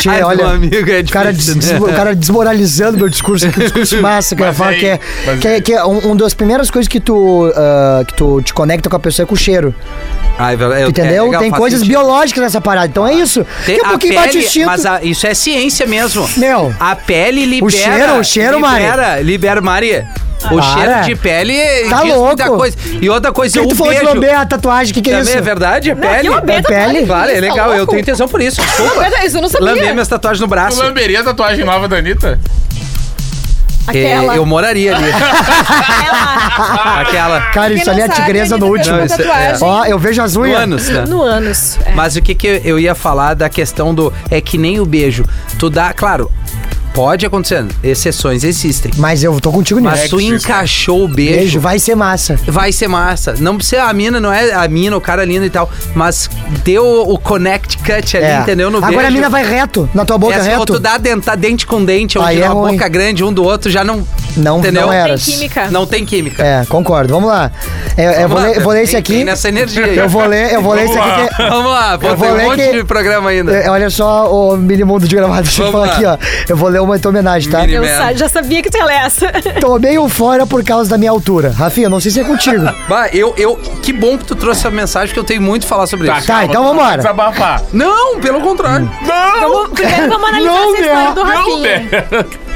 Tchê,
Ai, meu
olha,
amigo, é
o, cara
difícil,
des-
né?
o cara desmoralizando meu discurso, que é um discurso massa, que eu
Mas
falo
aí,
que é,
mas
que é,
aí.
que é um, um das primeiras coisas que tu, ah, que tu te conecta com a pessoa é com o cheiro,
Ai, velho, eu-
entendeu?
é legal,
tem
faz
coisas
sentido. Ah,
biológicas nessa parada, então é isso.
Tem
Daqui a
a
pouquinho bate
pele,
instinto.
mas a- isso é ciência mesmo.
Meu.
A pele libera.
cheiro, o cheiro, Mari.
libera, Libera, Maria. O
Para.
cheiro de pele
Tá
diz muita
louco.
coisa. E outra coisa,
Quem
o
tu falou de
beijo.
lamber a tatuagem, o que, que é
Também
isso?
é verdade, é
que
pele.
lamber
É pele?
tatuagem,
Claro, é
tá
legal. Eu
louco? é
tenho intenção por isso. Desculpa.
Isso eu não sabia.
Lamber minhas tatuagens no
Tu
braço.
lamberia a tatuagem nova da Anitta?
Aquela.
Eh, Eu moraria ali. Aquela.
Cara,
Quem
isso ali
não
é a
sabe,
tigresa
ele tá
no
tem
último.
uma
Não, isso é-
tatuagem
Ó, eu vejo as
No
unhas.
ânus, né?
No ânus. É.
Mas o que, que eu ia falar da questão do. É que nem o beijo. Tu dá. Claro, pode acontecer, exceções existem.
Mas eu tô contigo nisso.
Mas tu
existe.
encaixou o
É, Beijo,
beijo.
vai ser massa.
Vai ser massa. Não precisa a mina, não é a mina, o cara é lindo e tal. Mas deu o connect cut ali,
É.
entendeu? No
Agora
beijo.
a mina vai reto, na tua boca
Essa é
reto.
tu dá denta, dente com dente, onde
Aí
uma
é ruim.
boca grande um do outro já não.
Não,
entendeu?
não
Tem
eras.
química.
Não tem química.
É, concordo. Vamos lá. É, é, eu vou
Vamos lá,
ler, eu vou ler
tem-
esse aqui.
tem Nessa energia aí.
Eu vou ler, eu vou ler esse aqui. Que é-
Vamos lá,
Eu
vou
vou
ter um
ler
monte
que-
de programa ainda.
é, olha só o mini mundo de gravado. Deixa eu
Vamos
falar aqui,
lá.
ó. Eu vou ler uma em tua homenagem, tá?
Mini-
Eu
merda.
sa- já sabia que tu era essa.
Tomei um fora por causa da minha altura. Rafinha, não sei se é contigo.
Bah, eu, eu. Que bom que tu trouxe essa mensagem, porque eu tenho muito a falar sobre isso.
Tá, Hum. então vambora.
Desabafar.
Não, pelo contrário.
Não!
Vamos- Primeiro vamos analisar
Não,
essa história
Bia.
do
Não,
Rafinha.
velho.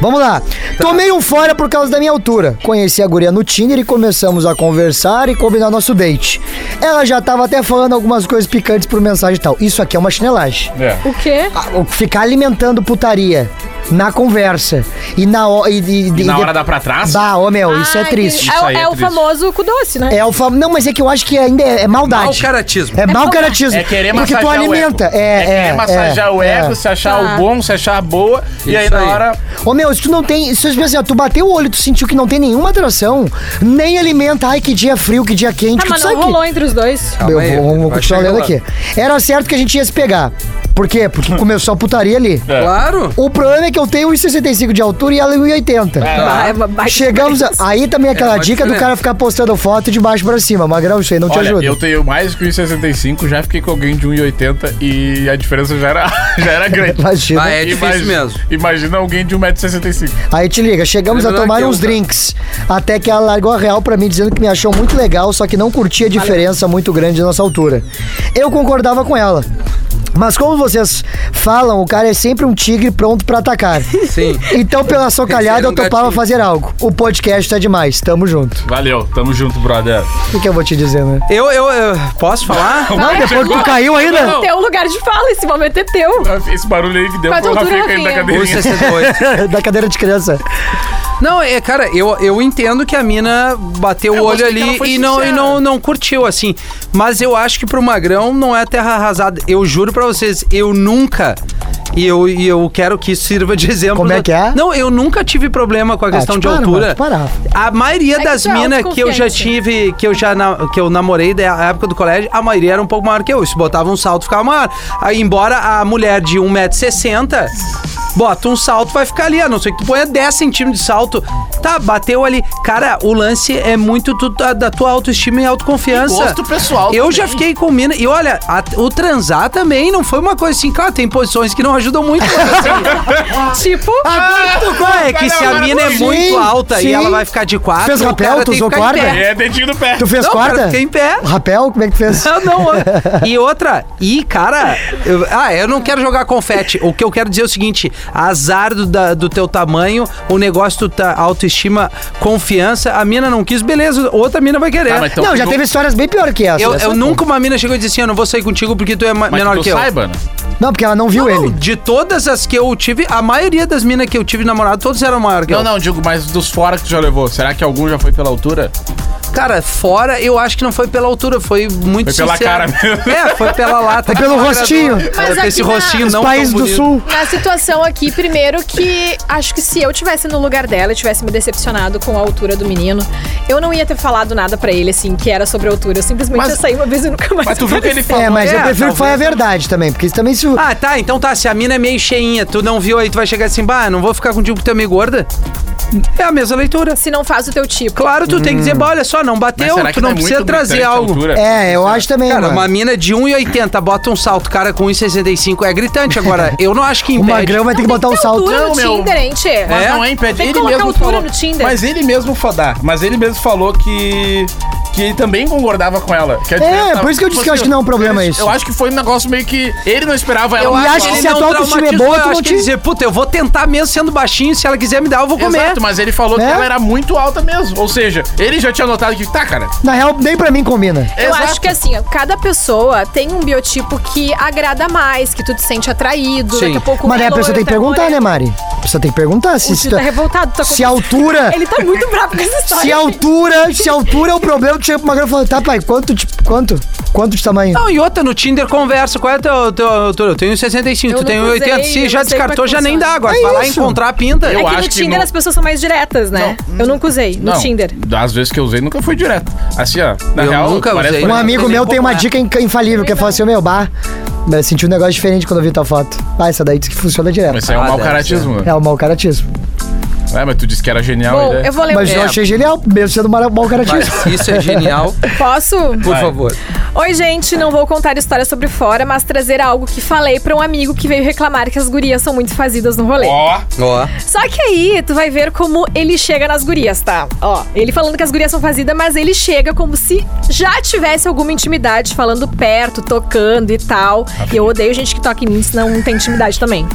Vamos lá. Tomei um fora por causa da minha altura. Conheci a guria no Tinder e começamos a conversar e combinar nosso date. Ela já tava até falando algumas coisas picantes por mensagem e tal. Isso aqui é uma chinelagem.
É.
O quê?
Ah, Ficar alimentando putaria na conversa e na hora. E, e-
E
e-
na hora dá pra trás?
Bah, ô meu, isso é
Ai,
triste.
que-
Isso
É,
aí é
é o
triste.
famoso cu doce, né?
É o fam... Não, mas é que eu acho que ainda é, é
Mal
maldade.
caratismo.
É mau caratismo.
É querer
Porque
massagear
tu alimenta.
o ego.
É,
querer
é,
massagear
é,
o ego,
é.
se achar
Ah.
o bom, se achar a boa. e aí,
Isso
na
aí.
hora.
Ô meu, se tu não tem. Se tu, assim, ó, tu bateu o olho, tu sentiu que não tem nenhuma atração, nem alimenta. Ai, que dia frio, que dia quente.
Ah,
que tu
mas não
sabe que-
rolou entre os dois.
Calma
Eu
aí,
vou, vamos
vai
continuar
chegar
lendo
lá.
aqui. Era certo que a gente ia se pegar. Por quê? Porque começou a putaria ali.
Claro.
O problema é que eu tenho 1,65 de altura e ela é 1,80.
Vai, vai, vai.
Chegamos. A... Aí também aquela
uma
dica do
diferença.
cara ficar postando foto de baixo pra cima. Magrão, isso aí não te
Olha,
ajuda.
eu tenho mais que 1,65, já fiquei com alguém de 1,80 e a diferença já era, já era grande.
Imagina.
Ah, é difícil
Imagina-
mesmo.
Imagina alguém de 1,65m.
Aí te liga, chegamos a
Lembrando
tomar
que eu,
uns
cara.
drinks. Até que ela largou a real pra mim, dizendo que me achou muito legal, só que não curtia a diferença muito grande da nossa altura. Eu concordava com ela. Mas como vocês falam, o cara é sempre um tigre pronto pra atacar.
Sim.
Então, pela socalhada,
Era
eu
um
topava
gatinho.
fazer algo. O podcast tá demais, tamo junto.
Valeu, tamo junto, brother.
O que, que eu vou te dizer, né?
Eu, eu, eu posso falar?
Não, depois que tu caiu ainda.
Não,
Teu um lugar de fala, esse momento é teu.
Ah, Esse barulho aí que deu
Qual a
foi o
tua altura,
Rafinha caindo da
Rafinha?
cadeirinha.
1,62.
da cadeira de criança.
Não, é, cara, eu, eu entendo que a mina bateu o olho
gostei que ela
ali
foi
e não, e
sincera.
não não curtiu, assim. Mas eu acho que pro Magrão não é terra arrasada. Eu juro pra vocês, eu nunca. E eu, e eu quero que isso sirva de exemplo.
Como é que é? Ah,
Não, eu nunca tive problema com a questão
te
de
para,
altura.
mano, te para.
A maioria
que
das
tu é
minas que eu já
autoconfiante.
tive, que eu já na- que eu namorei da época do colégio, a maioria era um pouco maior que eu. Se botava um salto, ficava maior. Aí, embora a mulher de 1,60m bota um salto, vai ficar ali. A não ser que tu ponha 10 centímetros de salto. Tá, bateu ali. Cara, o lance é muito tu- da, da tua autoestima e autoconfiança.
gosto pessoal
Eu
também.
já fiquei com mina. E olha, a- o transar também não foi uma coisa assim. Claro, tem posições que não ajudam muito. mas assim, tipo.
Ah.
qual é? Que se a mina é
Sim,
muito alta
sim.
e ela vai ficar de quatro.
Fez
o
rapel?
cara
Tu
tem que
usou
ficar de
corda?
pé.
É, dedinho do pé.
Tu fez
Não, cara,
quarta?
fiquei em pé.
Rapel, como é que tu fez?
Ah, Não, não. E outra, e cara, eu- ah, eu não quero jogar confete. O que eu quero dizer é o seguinte: azar do, da- do teu tamanho, o negócio do ta- autoestima, confiança. A mina não quis, beleza, outra mina vai querer.
Ah, mas então-
não, já
tu-
teve histórias bem piores que essa.
Eu,
Essa
eu
é
nunca uma mina chegou e disse assim: Eu não vou sair contigo porque tu é ma-
Mas
menor que,
tu
eu.
saiba, né?
Não, porque ela não viu
Não,
ele.
de todas as que eu tive, a maioria das minas que eu tive namorado, todos eram maior que eu.
Não, não, digo, mas dos fora que tu já levou, será que algum já foi pela altura?
Cara, fora, eu acho que não foi pela altura, foi muito
Foi pela
sincero.
cara mesmo.
É, foi pela lata.
Foi pelo
que não
rostinho. é
agradou.
Mas
Foi esse
aqui na-
rostinho
Os
não
País
tão
do
bonito.
Sul.
Na situação aqui, primeiro que acho que se eu tivesse no lugar dela e tivesse me decepcionado com a altura do menino, eu não ia ter falado nada pra ele, assim, que era sobre a altura. Eu simplesmente ia sair uma vez e nunca mais.
Mas tu viu que ele falou.
É, mas
É,
eu prefiro que
talvez.
foi a verdade também, porque isso também se.
Ah, tá, então tá, se a mina é meio cheinha, tu não viu aí, tu vai chegar assim, bah, não vou ficar contigo porque tu é meio gorda. É a mesma leitura.
Se não faz o teu tipo.
Claro, tu tem que dizer, bah, olha só, não
Mas
bateu,
será
tu
que
não
é
precisa
muito
trazer
gritante a
algo.
altura?
É, eu acho também,
Cara,
mano.
uma mina de 1,80 bota um salto, cara, com 1,65 é gritante. Agora, eu não acho que
O
impede.
magrão vai ter que botar um salto.
altura no
meu.
Tinder, hein, Tchê?
Mas
É?
não é impede.
Tem que
Ele
colocar
mesmo
altura
falou.
no Tinder.
Mas ele mesmo falou. Mas ele mesmo falou que. Que ele também concordava com ela. a
É,
diferença
por isso que eu disse que eu acho que não é um problema
eu
isso.
Eu acho que foi um negócio meio que. Ele não esperava ela.
Eu
não
acho
falava.
que se a
não
tua autoestima é boa,
traumatizou,
tu
eu
não
acho que
te-
ele dizer, puta, eu vou tentar mesmo sendo baixinho, se ela quiser me dar, eu vou comer.
Exato, mas ele falou
Né?
É.
que ela era muito alta mesmo. Ou seja, ele já tinha notado que. Tá, cara.
Na real, nem pra mim combina.
Eu
Exato.
acho que assim, ó, cada pessoa tem um biotipo que agrada mais, que tu te sente atraído,
Sim.
daqui a pouco
Mas aí a
loiro,
pessoa tem que
outra
perguntar,
morena.
né, Mari? A pessoa tem que perguntar se
tá O
isso
Tio tá revoltado, tá com-
se a altura.
Ele tá muito bravo com essa história.
Se a altura, se a altura é o problema, tu chega pro magrão e fala, tá, pai, quanto, de- quanto? Quanto de tamanho? Um
Não, e outra, no Tinder conversa, qual é a tua tua altura? Eu tenho 65,
Eu
tu
não
tem um
usei,
80.
eu
Se
não
já
sei
descartou,
como é que
já nem dá.
funciona.
Agora,
É
falar
isso.
em encontrar, pinta.
É
Eu
que
acho
no
que
Tinder
não-
as pessoas são mais diretas, né? eu nunca usei, no
Não,
Tinder.
Às vezes que eu usei, nunca foi direto. Assim, ó. Na
Eu
real,
nunca
parece
usei.
Um
Não,
uma-
amigo
não
meu
sei
tem
como
uma
é.
dica inca- infalível, que é falar assim, meu, bah, eu senti um negócio diferente quando eu vi tua foto. Ah, essa daí diz que funciona direto.
Mas isso aí é
Ah,
um mau
deve
caratismo.
É o mau caratismo.
É, mas tu disse que era genial a
Bom,
ideia.
eu vou ler
Mas eu
é.
achei genial, mesmo sendo mau mau caratismo.
Mas isso é genial,
Posso?
por favor.
Oi, gente, não vou contar história sobre fora, mas trazer algo que falei pra um amigo que veio reclamar que as gurias são muito fazidas no rolê.
Ó,
Ó.
Só que aí tu vai ver como ele chega nas gurias, tá? Ó, ele falando que as gurias são fazidas, mas ele chega como se já tivesse alguma intimidade, falando perto, tocando e tal. E eu odeio gente que toca em mim, senão não tem intimidade também.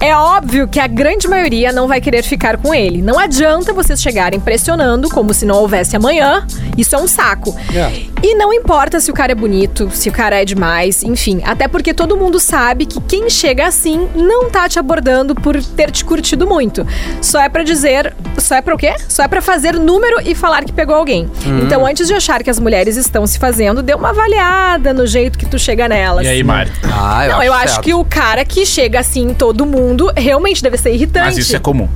É óbvio que a grande maioria não vai querer ficar com ele. Não adianta vocês chegarem pressionando como se não houvesse amanhã. Isso é um saco.
É.
E não importa se o cara é bonito, se o cara é demais, enfim. Até porque todo mundo sabe que quem chega assim não tá te abordando por ter te curtido muito. Só é pra dizer. Só é pra o quê? Só é pra fazer número e falar que pegou alguém.
Hum.
Então, antes de achar que as mulheres estão se fazendo, dê uma avaliada no jeito que tu chega nelas.
e aí, Mari?
Ah,
Não, eu acho que o cara que chega assim em todo mundo realmente deve ser irritante.
Mas isso é comum.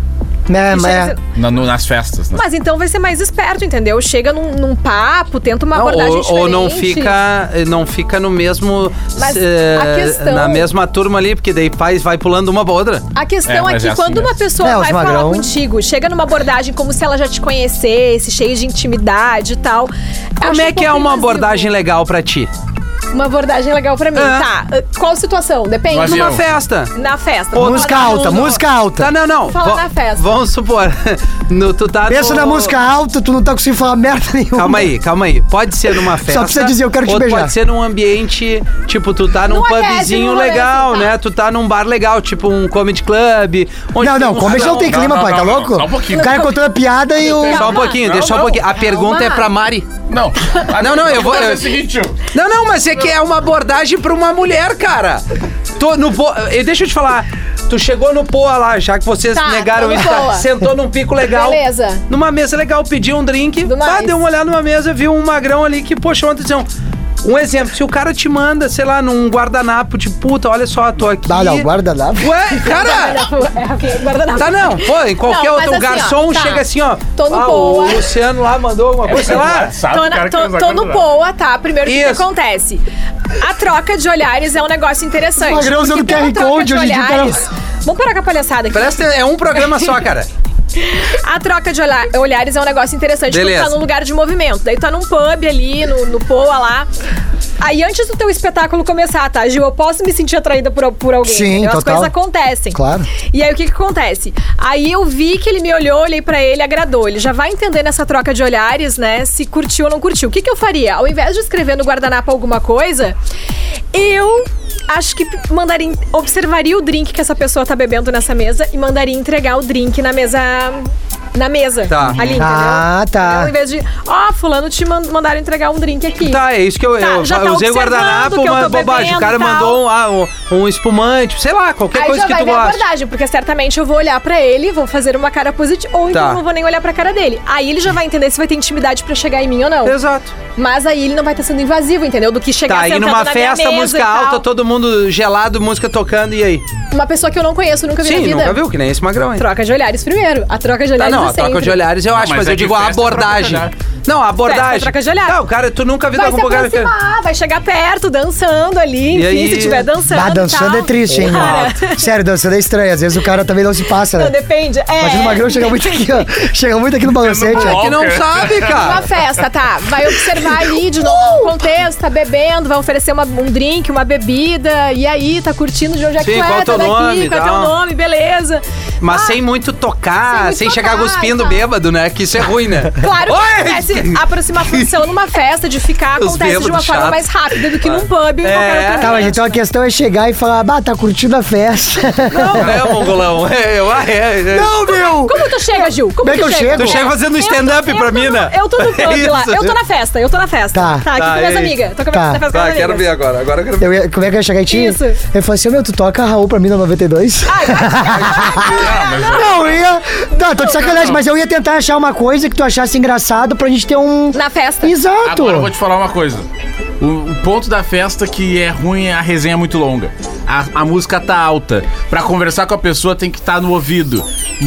É,
E
mas
chega a
é.
ser-
Na- no- nas festas, né?
Mas então vai ser mais esperto, entendeu? Chega num, num papo, tenta uma
Não,
abordagem
ou,
diferente.
ou não fica não fica no mesmo
Mas
eh,
a questão- é-
na mesma turma ali porque daí faz vai pulando uma pra outra
A questão
É,
é,
mas
que
é assim
quando uma
mesmo.
pessoa
É, os
vai
magrão-
falar contigo, chega numa abordagem como se ela já te conhecesse, cheia de intimidade e tal.
como
acho
é
um
que é
pouco
uma
invasivo.
abordagem legal pra ti
Uma abordagem legal pra mim.
É.
Tá, qual situação? Depende.
No avião.
Então.
numa festa
Na festa.
Ou
Vamos
Música
falar
alta,
no-
música alta.
tá não não
Fala
Vão-
na festa.
vamos supor no tu tá
Pensa
no-
na música alta, tu não tá conseguindo falar merda nenhuma.
Calma aí, calma aí. Pode ser numa festa.
precisa dizer, eu quero te
ou
beijar.
Pode ser num ambiente, tipo, tu tá num
Num aquece,
pubzinho
num rolê
legal,
assim, tá.
né? Tu tá num bar legal, tipo um comedy club. onde
Não,
tem
não,
um
comédia não
salão.
tem
não,
clima,
não,
pai, tá
não, não,
louco?
só um pouquinho.
O cara contou a piada e o.
Só um
Calma.
pouquinho, deixa só um
Calma.
pouquinho. A pergunta é pra Mari.
Não. Ah,
Não, não, eu vou-
fazer
eu-
o seguinte, tio.
Não, não, mas é que é uma abordagem pra uma mulher, cara. Tô no bo... eh, Deixa eu te falar. Tu chegou no Poa lá, já que vocês
Tá,
negaram
tô no
isso. tá?
Poa.
Sentou num pico legal.
Beleza.
Numa mesa legal, pediu um drink.
Do
Pá,
mais.
deu uma olhada numa mesa, viu um magrão ali que, poxa, uma atenção. Um exemplo, se o cara te manda, sei lá, num guardanapo, de puta, olha só, tô aqui.
Ah, não, guarda lá.
Ué,
um
cara!
É, guardanapo.
Tá não, pô, em qualquer
Não, mas
outro o
assim, ó,
garçom
tá.
chega assim, ó.
Tô no
ah,
Poa.
O Luciano lá mandou alguma coisa, sei lá.
Sabe,
Tô,
é, o cara
na,
que
tô,
usa
tô no
guardanapo.
boa, tá? Primeiro, o que que
Isso.
acontece? A troca de olhares é um negócio interessante.
O magrão usando
porque pela
QR
troca
Code
de
hoje em dia, cara.
olhares- Vamos parar com a palhaçada aqui.
Parece que é um programa só, cara.
A troca de olha- olhares é um negócio interessante
Beleza.
porque tu tá num lugar de movimento. Daí tu tá num pub ali, no, no Poa lá. Aí antes do teu espetáculo começar, tá, Gil? Eu posso me sentir atraída por, por alguém.
Sim,
entendeu? As
total.
coisas acontecem.
Claro.
E aí o que que acontece? Aí eu vi que ele me olhou, olhei pra ele, agradou. Ele já vai entender nessa troca de olhares, né? Se curtiu ou não curtiu. O que que eu faria? Ao invés de escrever no guardanapo alguma coisa, eu acho que mandaria, en- observaria o drink que essa pessoa tá bebendo nessa mesa e mandaria entregar o drink na mesa na mesa.
Tá.
Ali, entendeu?
Ah, tá.
Então, Ao invés de, ó, fulano te man- mandaram entregar um drink aqui.
Tá, é isso que eu,
Tá,
eu,
já tá
eu usei
observando
guardanapo,
que eu tô
uma bobagem.
bebendo
O cara
e tal.
mandou um, ah, um, um espumante, sei lá, qualquer
Aí
é coisa
já
que
vai
tu
ver a
gosta.
abordagem, porque certamente eu vou olhar pra ele, vou fazer uma cara positiva, ou então
Tá.
eu não vou nem olhar pra cara dele. Aí ele já vai entender se vai ter intimidade pra chegar em mim ou não.
Exato.
Mas aí ele não vai estar sendo invasivo, entendeu? Do que chegar
Tá, e
sentado
numa
na minha
festa,
mesa e
música
tal.
alta, todo mundo gelado, música tocando, e aí?
Uma pessoa que eu não conheço, nunca vi na
Sim,
vida.
nunca viu, que nem esse magrão, hein?
Troca de olhares primeiro. A troca de
Tá,
olhares
não,
é
a troca
sempre.
de olhares eu acho,
mas
mas
é
eu
que
digo a
festa é troca de
abordagem.
olhar.
Não, a abordagem.
troca de olhar.
Não, cara, tu nunca viu
Vai se
é algum lugar...
aproximar, vai chegar perto, dançando ali,
E
enfim,
aí-
se tiver dançando
Ah,
e
dançando
tal.
é triste, hein?
tá Cara.
Sério, dançando é estranho. Às vezes o cara também não se passa,
Não,
né?
depende. É.
Imagina o Magrão chega muito aqui, ó. Chega muito aqui no balancete,
É
ó.
que não sabe,
Uma
cara.
festa, tá? Vai observar ali de novo o contexto, tá bebendo, vai oferecer uma- um drink, uma bebida, e aí, tá curtindo de onde é que
Sim,
tu é,
qual
tá
teu
daqui,
nome,
qual é teu
tal.
nome, beleza.
Mas
Ah,
sem muito tocar, sem,
sem muito
chegar
tocar,
cuspindo
tá.
bêbado, né? Que isso é ruim, né?
Claro que
Oi!
acontece, a aproximação numa festa de ficar
Os
acontece de uma
bêbados
forma
chato.
mais rápida do que num pub ou em qualquer
É.
outro
Tá, mas então a questão é chegar e falar, bah, tá curtindo a festa.
Não, né, mongolão? É, eu, ah, é, é.
Não, meu!
Como tu chega, Gil? Como,
Como é que
tu
eu
chega?
chego?
Tu chega fazendo stand-up pra mim, né?
Eu tô no
É
pub lá,
isso.
eu tô na festa, eu tô na festa.
Tá.
tá aqui
Tá,
com minhas
e-
amigas. Tô com
Tá.
na festa com
Tá,
minhas
quero
amigas.
ver agora. Agora eu quero ver.
Eu ia- como é que eu ia chegar em ti?
Isso.
Ele falou assim, ô, meu, tu toca Raul pra mim na 92? Não, eu ia... Não, tô de sacanagem, mas eu ia tentar achar uma coisa que tu achasse engraçado pra gente ter um...
Na festa.
Exato! Tá,
Agora eu vou te falar uma coisa. O, o ponto da festa que é ruim é a resenha é muito longa. A, a música tá alta. Pra conversar com a pessoa tem que estar no ouvido.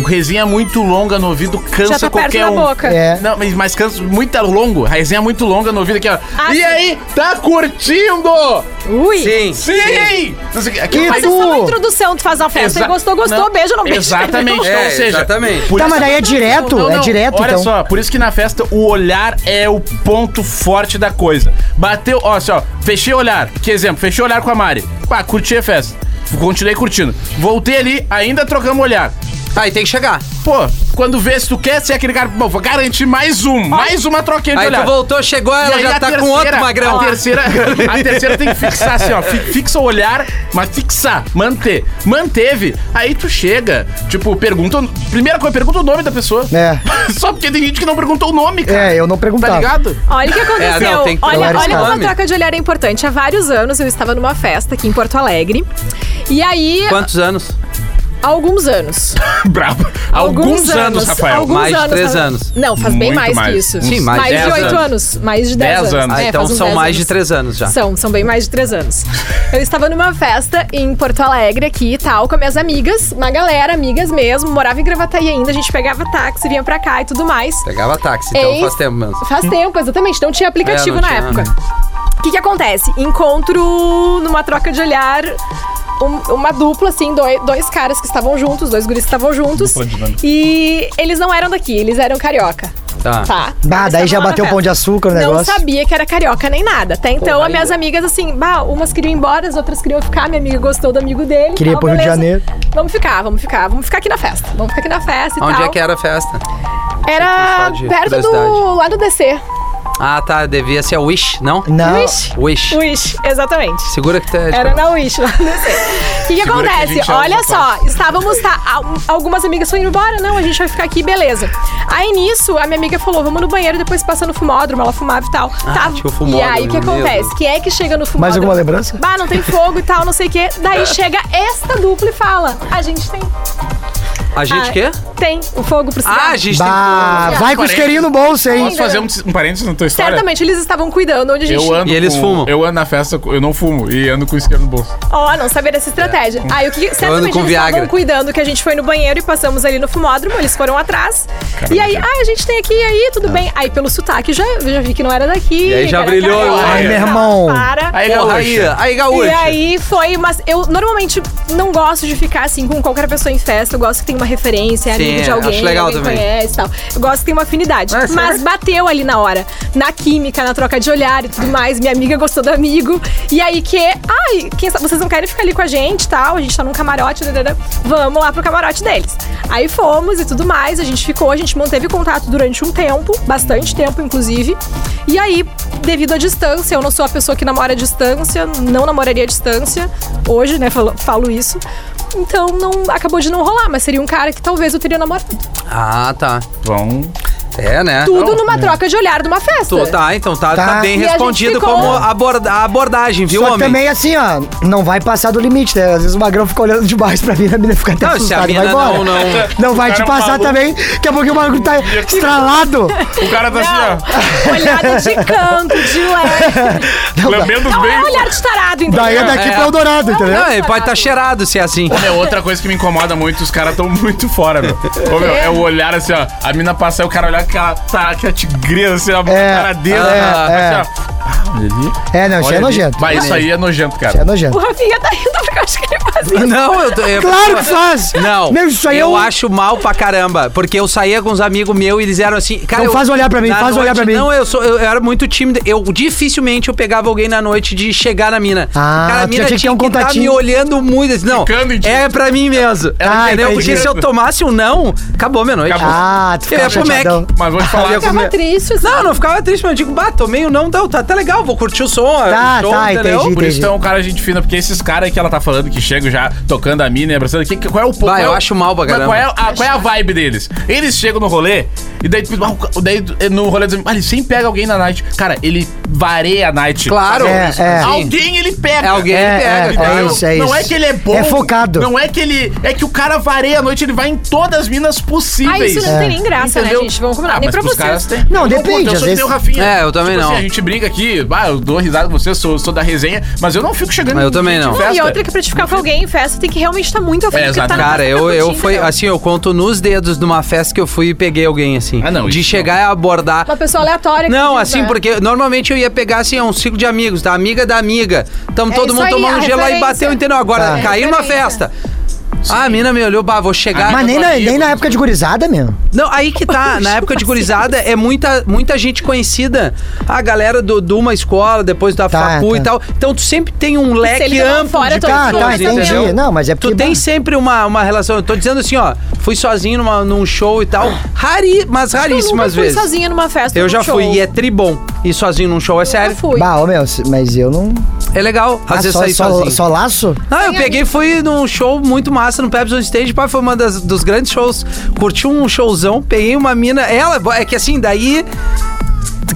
Resenha é muito longa no ouvido cansa
Já tá perto
qualquer
da
um.
boca.
É.
Não, mas, mas cansa muito longo. A resenha é muito longa no ouvido aqui, ó.
Ah,
e
sim.
aí, tá curtindo?
Ui.
Sim.
Sim! Não sei o que- aquilo
E
vai-
Mas é só uma
Tu-
introdução, tu faz uma festa.
Exa-
gostou, gostou,
Não,
beijo, não beijo.
Exatamente.
entendeu?
Então,
É,
ou seja,
exatamente.
por
Tá,
isso-
mas daí é direto,
Não,
é
não,
direto,
Olha
então.
só, por isso que na festa o olhar é o ponto forte da coisa. Bateu, ó, assim, ó, fechei o olhar. Que exemplo, fechei o olhar com a Mari. Pá, curti a festa. Continuei curtindo. Voltei ali, ainda trocamos o olhar.
Tá, e tem que chegar.
Pô, quando vê se tu quer ser aquele cara, bom, vou garantir mais um, mais uma troquinha de
Aí
olhar.
tu voltou, chegou,
E
ela
aí
já
a
tá com
terceira-
outro magrão.
A terceira, a terceira tem que fixar assim, ó. fi- Fixa o olhar, mas fixar, manter. Manteve, aí tu chega. Tipo, pergunta. Primeira coisa, pergunta o nome da pessoa.
É.
Só porque tem gente que não perguntou o nome, cara.
É, eu não
Tá
perguntava.
ligado?
Olha o que aconteceu.
É, não, tem que
olha,
trocar
olha
esse
como a
nome.
troca de olhar é importante. Há vários anos eu estava numa festa aqui em Porto Alegre. E aí.
Quantos anos?
Há alguns anos.
Brabo. Alguns, anos, Rafael.
alguns
Mais de
anos,
três
Rafael.
anos.
Não, faz bem
Muito
mais,
mais.
que isso.
Sim, mais
mais,
de
de
dez
oito anos. Mais de dez,
Dez anos.
É,
Ah,
faz
então
uns
são
dez
mais de
anos.
três anos já.
São, são bem mais de três anos. Eu estava numa festa em Porto Alegre aqui e tal, com as minhas amigas, uma galera, amigas mesmo, morava em Gravataí ainda, a gente pegava táxi, vinha pra cá e tudo mais.
Pegava táxi, então
Ei.
faz tempo mesmo.
Faz tempo, exatamente, não tinha aplicativo
É, não
na
tinha.
época. O que que acontece? Encontro numa troca de olhar um- uma dupla, assim, doi- dois caras que estavam juntos, dois guris que estavam juntos.
Dupla dinâmica.
E eles não eram daqui, eles eram carioca.
Tá.
Tá.
Bah,
Eles
daí
estavam
já
lá na
bateu o pão de
festa.
açúcar o
Não
negócio.
sabia que era carioca nem nada. Até então,
Porra,
as minhas amigas, assim, bah, umas queriam ir embora, as outras queriam ficar. Minha amiga gostou do amigo dele.
Queria ir
tal,
pro Rio de
beleza.
Janeiro.
Vamos ficar, vamos ficar. Vamos ficar aqui na festa. Vamos ficar aqui na festa e
Onde
tal.
é que era a festa?
Era
Só de
perto do.
curiosidade.
lá do DC.
Ah, tá, devia ser a Wish, não?
Não.
Wish.
Wish.
Wish, exatamente.
Segura que tá.
Era na Wish, lá no DC. O que, que
Segura que a
acontece?
gente é
Olha
os
só, estávamos. Tá, al- algumas amigas foram embora, não, a gente vai ficar aqui, beleza. Aí nisso, a minha amiga falou: vamos no banheiro depois passa no fumódromo, ela fumava e tal.
Ah,
tá.
tinha o fumódromo,
e aí o que
meu Deus.
acontece? Quem é que chega no fumódromo?
Mais alguma lembrança?
Bah, não tem fogo e tal, não sei o quê. Daí chega esta dupla e fala: a gente tem.
A gente
Ah,
quê?
Tem o fogo pro
Ah, a gente
Bah, vai com o isqueirinho no bolso, hein?
Um Posso fazer um, um parênteses na tua história?
Certamente eles estavam cuidando onde a gente
Eu ando
E eles
com-
fumam.
Eu ando na festa, eu não fumo e ando com o isqueiro no bolso.
Ó, não saber dessa estratégia. Aí o que certamente
É, com
eles
Viagra.
estavam cuidando que a gente foi no banheiro e passamos ali no fumódromo, eles foram atrás. E aí, ah, a gente tem aqui, e aí, tudo bem. Aí pelo sotaque já, já vi que não era daqui.
É. E aí
que
já
era
brilhou.
carioca,
Ai, meu
tá,
irmão.
Para.
tem. Porra, aí, aí, gaúcho.
E aí foi, mas eu normalmente não gosto de ficar assim com qualquer pessoa em festa. Eu gosto que tem uma referência, é
Sim,
amigo
acho
de alguém,
legal
alguém
também.
conhece e tal. Eu gosto que tem uma afinidade.
Ah,
mas
sério?
bateu ali na hora, na química, na troca de olhar e tudo mais. Minha amiga gostou do amigo. E aí que, ai, quem sabe, vocês não querem ficar ali com a gente e tal? A gente tá num camarote, dadada. vamos lá pro camarote deles. Aí fomos e tudo mais. A gente ficou, a gente manteve contato durante um tempo, bastante tempo, inclusive. E aí, devido à distância, eu não sou a pessoa que namora à distância, não namoraria à distância. Hoje, né, falo, falo isso. Então, não acabou de não rolar, mas seria um cara que talvez eu teria namorado.
Ah, tá.
Vão.
É, né?
Tudo numa troca de olhar de uma festa.
Tô- tá, então tá,
Tá.
tá bem
E a gente
respondido
ficou- um-
como aborda- a abordagem, viu,
Só que
homem?
também assim, ó, não vai passar do limite, né? Às vezes o magrão fica olhando de baixo pra mim, a mina fica até
Não, se a
assustada e vai
mina
embora.
não- não-
Não vai
O
te
cara é um
passar
maluco.
também, daqui a pouquinho o magrão tá estralado.
O cara tá
Não,
assim,
olhada de canto, de leve.
ó,
Não,
lambendo os
Não é
beijos.
olhar de tarado, entendeu?
daí é daqui
É.
pro Eldorado, entendeu?
Não, ele pode estar tá cheirado se é assim.
Meu, outra coisa que me incomoda muito, os caras tão muito fora, meu. Ô, meu, é o olhar assim, ó. A mina passar e o cara olhar com aquela, tá, aquela tigresa, assim, ó,
É,
cara dele.
é,
né?
é.
Assim, ó. Ah, olha ali.
É, não, isso
Olha
é
ali.
nojento.
Vai, isso aí é nojento,
Isso
cara.
é
O
nojento.
Rafinha tá rindo porque eu acho que ele faz isso.
Não, eu tô. eu-
Claro que faz!
Não,
Meu, isso aí
eu
é um-
acho mal pra caramba, porque eu saía com uns amigos meus e eles eram assim, cara,
Não,
eu-
faz olhar pra mim,
na
faz
noite-
olhar pra mim.
Não, eu sou eu era muito tímido, eu dificilmente eu pegava alguém na noite de chegar na mina.
Ah,
cara, a
tu já
mina
tinha que ter um
tá
contatinho.
me olhando muito, assim, não.
Ficando em ti.
É pra mim mesmo.
Ela
Ah, entendeu?
entendi.
Porque se eu tomasse um não, acabou minha noite.
Acabou.
Ah, tu
Eu ia
fica
pro Mac.
chateadão.
Mas vou te falar.
Eu ia
é
Ficava
comer.
triste, assim.
Não, não ficava triste, mas eu digo, bah, tomei um não, tá, tá, tá legal, vou curtir o som.
Tá,
o show,
tá,
entendeu?
entendi.
Por isso tu é um cara gente fina, porque esses caras que ela tá falando que chegam já tocando a mina e abraçando, que, que- qual é o ponto?
Vai,
qual é
eu
o-
acho mal pra
Mas
caramba.
Qual é, a, qual é a vibe deles? Eles chegam no rolê e daí, tipo, ah, o- daí no rolê dizem, ah, ele sempre pega alguém na night. Cara, ele vareia a night.
Claro.
É, é.
Alguém ele pega.
É alguém
É,
que pega,
é,
entendeu?
é isso, é isso.
Não é que ele é bom.
É focado.
Não é que ele. É que o cara vareia a noite, ele vai em todas as minas
Ah,
possíveis.
isso não tem nem graça,
Entendeu?
né, gente? Vamos combinar.
Ah,
nem
mas
pra
pros caras
vocês.
tem.
Não,
Eu
depende,
curto, Eu
às
sou que nem o
vezes-
Rafinha.
É, eu também
Tipo assim,
não.
a gente briga aqui, bah, eu dou risada com você, sou, sou da resenha, mas eu não fico chegando
Mas eu
em
também
gente
não.
em
Não, e
festa.
outra que pra te ficar com alguém em festa tem que realmente estar muito afim.
É,
porque
exato.
tá na
Cara,
festa então.
eu,
pra
eu
curtir,
fui,
entendeu?
assim, eu conto nos dedos numa festa que eu fui e peguei alguém, assim.
Ah, não,
De
isso
chegar e abordar.
Uma pessoa aleatória. que
Não,
diz,
assim,
né?
porque normalmente eu ia pegar, assim, um ciclo de amigos, da amiga da amiga. Tamo
É
todo
isso
mundo
aí,
tomando um
a
gelo aí, bateu,
referência.
entendeu? Agora,
Tá.
cair numa
Referência. Ah,
festa. Ah, a mina me olhou, bah, vou chegar.
Mas nem na, nem na época de gurizada mesmo.
Não, aí que tá. Na época de gurizada é muita, muita gente conhecida. A galera do, de uma escola, depois da
Tá,
facu e
tá.
tal. Então tu sempre tem um leque
ele tava
amplo
fora,
de
tô
Tá,
junto,
tá,
pessoas,
entendi.
entendeu?
Não, mas é porque.
Tu tem sempre uma, uma relação. Eu tô dizendo assim, ó, fui sozinho numa- num show e tal.
Ah.
Rari, mas
Eu nunca
raríssimas
fui
vezes.
sozinha numa festa.
Eu
num
já
show.
fui e é tribom. Ir sozinho num show é
Eu
sério.
fui.
Bah, ô, meu, mas eu não.
É legal. Às
Ah,
vezes
só,
sair
só-
sozinho.
só laço?
Não, eu peguei e fui num show muito massa no Pepsi On Stage, pá, foi uma das, dos grandes shows. Curti um showzão, peguei uma mina. Ela, é que assim, daí.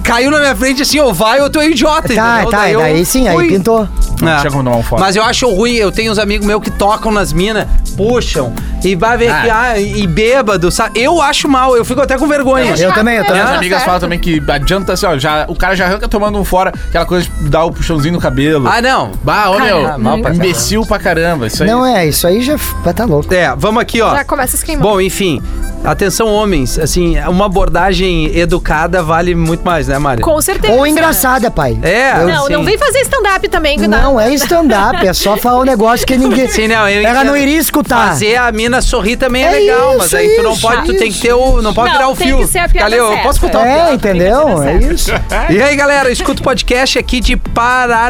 Caiu na minha frente assim, ou vai ou tu é idiota,
Tá,
entendeu?
tá,
eu
daí sim, aí
fui.
pintou.
Não
É.
tinha como tomar um fora.
Mas eu acho ruim, eu tenho uns amigos meus que tocam nas minas, puxam, e vai ver
Ah.
que, ah, e bêbado, sabe? Eu acho mal, eu fico até com vergonha.
é.
Eu também, eu também.
Minhas
Tá
amigas
certo.
falam também que adianta assim, ó, já, o cara já arranca tomando um fora, aquela coisa de dar o puxãozinho no cabelo.
Ah, não.
Bah, ô
Caramba. Mal pra
meu,
caramba.
imbecil pra caramba, isso aí.
Não é, isso aí já vai tá louco.
É, vamos aqui, ó.
Já começa a se queimar.
Bom, enfim. Atenção, homens, assim, uma abordagem educada vale muito mais, né, Mari?
Com certeza.
Ou engraçada, pai.
É.
Eu-
Não, não
Sim.
vem fazer stand-up também. que dá-
Não é stand-up, é só falar um negócio que ninguém.
Sim, não, eu
Ela
entendo.
não iria escutar.
Fazer a mina sorrir também é,
tá. É
legal,
isso,
mas aí tu não
isso,
pode, tu tem que ter o. Não pode
Não,
virar o
tem
fio.
que ser a piada
Galeu, eu
certa.
posso escutar
É.
o
É,
fio.
entendeu? É isso.
E aí, galera, escuta o podcast aqui de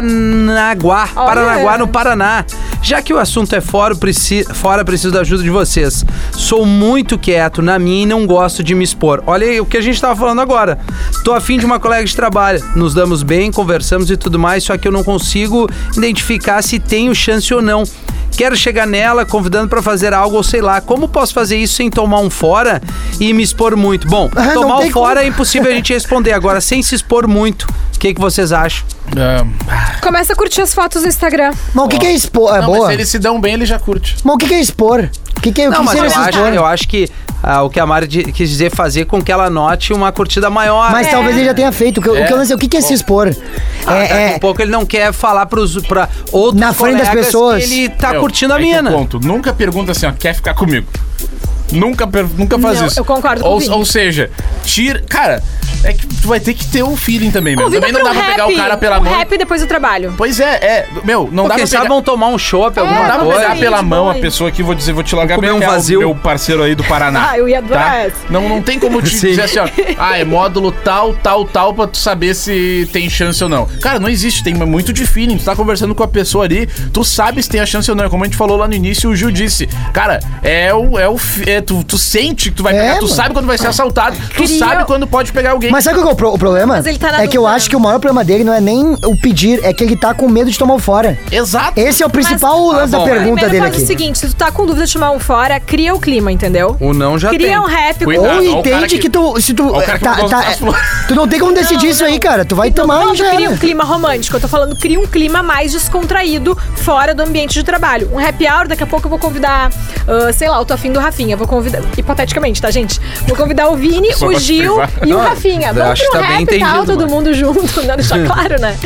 Paranaguá.
Olha.
Paranaguá, no Paraná. Já que o assunto é fora, eu preci... fora, preciso da ajuda de vocês. Sou muito quieto na minha e não gosto de me expor. Olha aí o que a gente tava falando agora. Tô afim de uma colega de trabalho. Nos damos bem, conversamos e tudo mais, só que eu não consigo identificar se tenho chance ou não. Quero chegar nela convidando pra fazer algo ou sei lá. Como posso fazer isso sem tomar um fora e me expor muito? Bom,
Ah, não
tomar o
tem
fora
como.
é impossível a gente responder agora sem se expor muito. O que, que vocês acham?
Ah,
é.
Começa a curtir as fotos no Instagram.
Mas o que, que é expor? É
não, mas
boa.
se eles se dão bem, ele já curte.
Mas o que, que é expor? O que, que é o
Não,
que
mas
seria
eu
se
acho,
expor?
eu acho que ah, o que a Mari di- quis dizer é fazer com que ela note uma curtida maior.
Mas
É.
talvez ele já tenha feito. O que, eu- o que eu não sei, o que, que é se expor?
Ah, daqui
é,
a
é,
pouco ele não quer falar pros, pra outros
Na frente das
colegas
pessoas.
que ele tá
Meu,
curtindo a
aí que eu
mina.
conto. Nunca pergunta assim, ó, quer ficar comigo? Nunca, per- nunca faz
Não,
isso.
eu concordo com o
ou,
Vini.
ou seja, tira. Cara, é que tu vai ter que ter um feeling também, meu.
Convida
Também não
pra
dá
um
pra
rap.
pegar o cara pela
um
mão.
rap depois do trabalho.
Pois é, é. Meu, não dá
Porque
pra
sabe,
pegar.
vão tomar um chopp, alguma
É,
Dá pra
Pois.
coisa.
pegar pela
Sim,
mão a
pois.
pessoa aqui, vou dizer, vou te largar
Vou comer
bem,
um
que é o
vazio.
Meu parceiro aí do Paraná.
Ah, eu ia adorar
tá?
essa.
Não, não tem como te
Sim.
dizer assim, ó. Ah, é módulo tal, tal, tal, pra tu saber se tem chance ou não. Cara, não existe, tem é muito de feeling. Tu tá conversando com a pessoa ali, tu sabe se tem a chance ou não. É Como a gente falou lá no início, o Gil disse. Cara, é o. É o fi- é, tu, tu sente que tu vai
É,
pegar, tu
mano.
sabe quando vai ser assaltado, tu
Queria-
sabe quando pode pegar alguém.
mas sabe qual que é o, pro- o problema?
Mas ele tá na
é que eu
dúvida.
acho que o maior problema dele não é nem o pedir, é que ele tá com medo de tomar o fora.
Exato.
Esse é o principal
Mas-
lance
Ah, bom,
da
é.
pergunta
Primeiro
dele
faz
aqui.
o seguinte, se tu tá com dúvida de chamar um fora, cria o clima, entendeu?
O não já
cria
tem. É,
um rap
Cuidado,
Ou
olha o cara
entende que,
que-
tu. Se tu,
olha o cara que
tá-
mudou
tá-
as flores.
tu não tem como decidir isso aí, cara. Tu vai tomar
não,
e
tu
já né?
cria
era.
um clima romântico. Eu tô falando, cria um clima mais descontraído fora do ambiente de trabalho. Um happy hour, daqui a pouco eu vou convidar, ah, sei lá, eu tô afim do Rafinha. Vou convidar, hipoteticamente, tá, gente? Vou convidar o Vini,
Só
o
gosto de
Gil
privar.
e o
Não,
Rafinha.
eu
Vamos
acho
pro
que tá bem
rap e tal,
entendido,
todo
mano.
mundo junto, né? Deixar claro, né?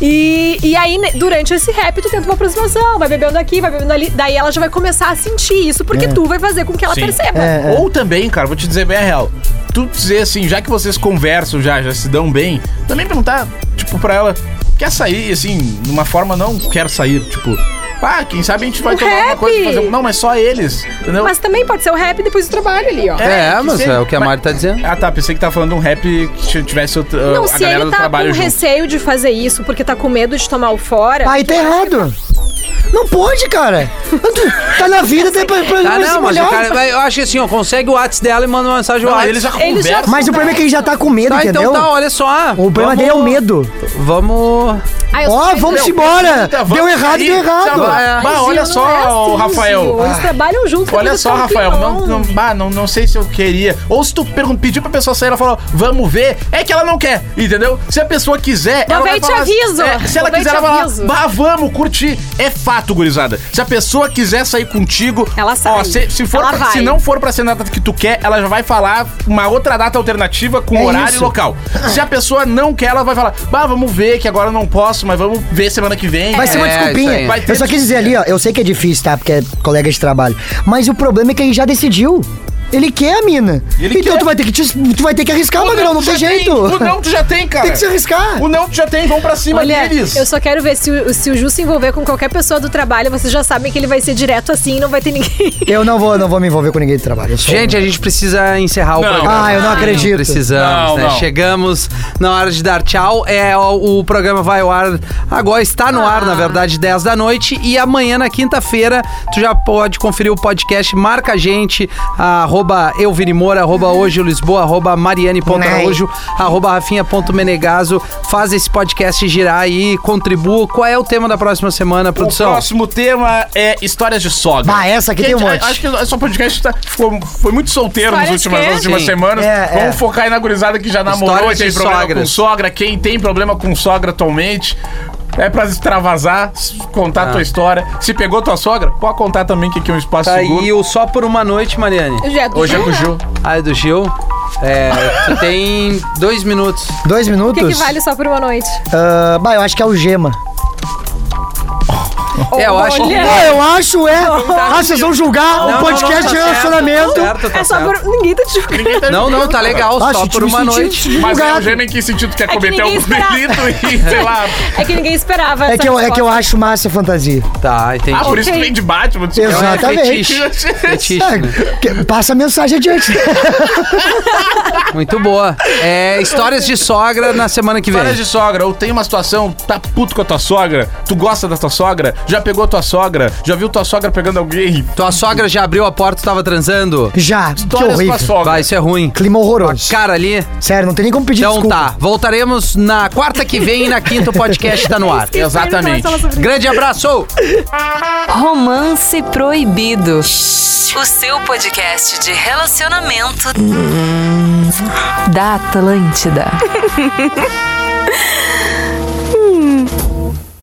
E, e aí, né, durante esse rap, tu tenta uma aproximação, vai bebendo aqui, vai bebendo ali. Daí ela já vai começar a sentir isso, porque tu vai fazer com que ela
Sim.
perceba.
É, é.
Ou também, cara, vou te dizer bem a real. Tu dizer assim, já que vocês conversam já, já se dão bem, também perguntar, tipo, pra ela, quer sair, assim, de uma forma não quero sair, tipo, ah, quem sabe a gente vai
Um
tomar uma
rap!
coisa e fazer. um- Não, mas só eles, entendeu?
Mas também pode ser o rap depois do trabalho ali, ó.
É,
que
mas
seja.
é o que a
Mas-
Mari tá dizendo.
Ah, tá, pensei que tava falando de um rap que tivesse outra,
Não,
a
se
galera
ele
do
tá com
trabalho junto.
receio de fazer isso porque tá com medo de tomar o fora.
Aí tá errado. Não pode, cara. Tu- Tá na vida, tem pra, pra
Ah,
pra se
não, mas o
molhar.
cara. vai- Eu acho que assim, ó, consegue o WhatsApp dela e manda uma mensagem
Não,
ao
mas
WhatsApp.
Ah, eles já
Eles já-
conversam.
Mas o problema é que ele já tá com medo,
Tá,
entendeu?
então tá, olha só.
O problema dele é o medo.
Vamos.
Ai, eu
Ó,
sou
vamos
doida.
embora!
Puta, tá, então, vamos
Deu errado,
sair, já
deu
vai.
errado. Ah,
Ah,
Bah,
Mas
olha
Gil,
só,
não é assim,
o Rafael.
Gil. Eles trabalham juntos.
Tipo, Olha
eles
só,
são
Rafael,
climão.
não, não, bah, não, não sei se eu queria. Ou se tu pergun- pedir pra pessoa sair, ela falou, vamos ver, é que ela não quer, entendeu? Se a pessoa quiser,
Não
ela
vem
vai
te
falar,
aviso.
é, se ela
Não vem
quiser,
te
ela vai
aviso.
falar, bah, vamos curtir. É fato, gurizada. Se a pessoa quiser sair contigo,
Ela
Ó,
sai.
se, se, for
Ela
pra-
vai.
se não for pra ser na data que tu quer, ela já vai falar uma outra data alternativa com
É
horário
isso.
e local. Se a pessoa não quer, ela vai falar, bah, vamos ver, que agora eu não posso, mas vamos ver semana que vem.
Vai ser uma
É, isso aí.
desculpinha.
Vai ter
Eu só quis dizer ali, ó, eu sei que é difícil, tá? Porque é colega de trabalho. Mas o problema é que ele já decidiu. Ele quer a mina.
Ele
então
quer.
tu vai ter que te- tu vai ter que arriscar,
O
Magrão, não
tu
tem
já
jeito.
O não tu já tem, cara.
Tem que se arriscar.
O não tu já tem, vamos pra cima
Olha,
deles.
eu só quero ver se o, se o Ju se envolver com qualquer pessoa do trabalho, vocês já sabem que ele vai ser direto assim, não vai ter ninguém.
Eu não vou, não vou me envolver com ninguém do trabalho. eu sou-
Gente, a gente precisa encerrar o
Não.
programa.
Ah, eu não acredito.
Precisamos,
Não,
né?
não.
Chegamos na hora de dar tchau. É, o, o programa vai ao ar agora, está no
Ah.
ar, na verdade, 10 da noite. E amanhã, na quinta-feira, tu já pode conferir o podcast. Marca a gente, arroba Euvinimora, arroba Hoje Lisboa, arroba Mariane.Araújo, arroba Rafinha.Menegaso. Faz esse podcast girar aí, contribua. Qual é o tema da próxima semana,
O
produção?
próximo tema é histórias de sogra.
Bah, essa aqui tem um
Gente,
monte.
Acho que esse podcast tá- ficou- foi muito solteiro nas
Histórias
últimas,
que?
nas últimas
Sim.
semanas.
É,
Vamos
é.
focar aí na gurizada que já namorou
Histórias
e tem
de
problema
sogras.
com sogra. Quem tem problema com sogra atualmente. é pra extravasar, s- contar
Ah.
tua história. Se pegou tua sogra, pode contar também que aqui é um espaço
Tá
seguro.
aí o Só por uma noite, Mariane.
Hoje é do
Hoje é com o
Gil, né?
Gil.
Ah, é do Gil. É, tu tem dois minutos.
Dois
O
minutos?
que, que vale só por uma noite?
Ah, bah, eu acho que é o Gema.
É, eu acho que-
Olha,
Ah, eu acho, é. Ah, vocês vão julgar
tá Não,
o
não,
podcast
não,
de
tá certo,
relacionamento.
Tá
Então
certo, tá
É só
certo.
por... Ninguém tá te julgando.
Não, não, tá legal.
Ah,
só
senti-
por
me
uma
senti-
noite. um
senti
Mas é o
julgado.
Gêmeo em que sentido quer
que
cometer
ninguém
algum
esperava.
delito e sei lá.
É que ninguém esperava
É
essa
que, eu, é
resposta.
que eu acho massa a fantasia.
Tá, entendi.
Ah, por isso que
Ok.
vem de Batman. tu-
É um
Exatamente.
Fetiche. Fetiche,
É,
né?
que- passa a mensagem adiante.
Muito boa. É, histórias de sogra na semana que vem.
Histórias de sogra, ou tem uma situação, tá puto com a tua sogra, tu gosta da tua sogra, já pegou tua sogra, já viu tua sogra pegando alguém.
Tua sogra já abriu a porta, tu tava transando?
Já, que
Histórias com a
horrível.
sogra.
Vai, isso é ruim.
Clima horroroso.
Cara ali.
Sério, não tem nem como pedir
Então
desculpa.
tá, voltaremos na quarta que vem e na quinta o podcast tá no ar.
Quem espera não fala assim,
Exatamente.
só sobre
Grande abraço!
Romance Proibido. O seu podcast de relacionamento da Atlântida.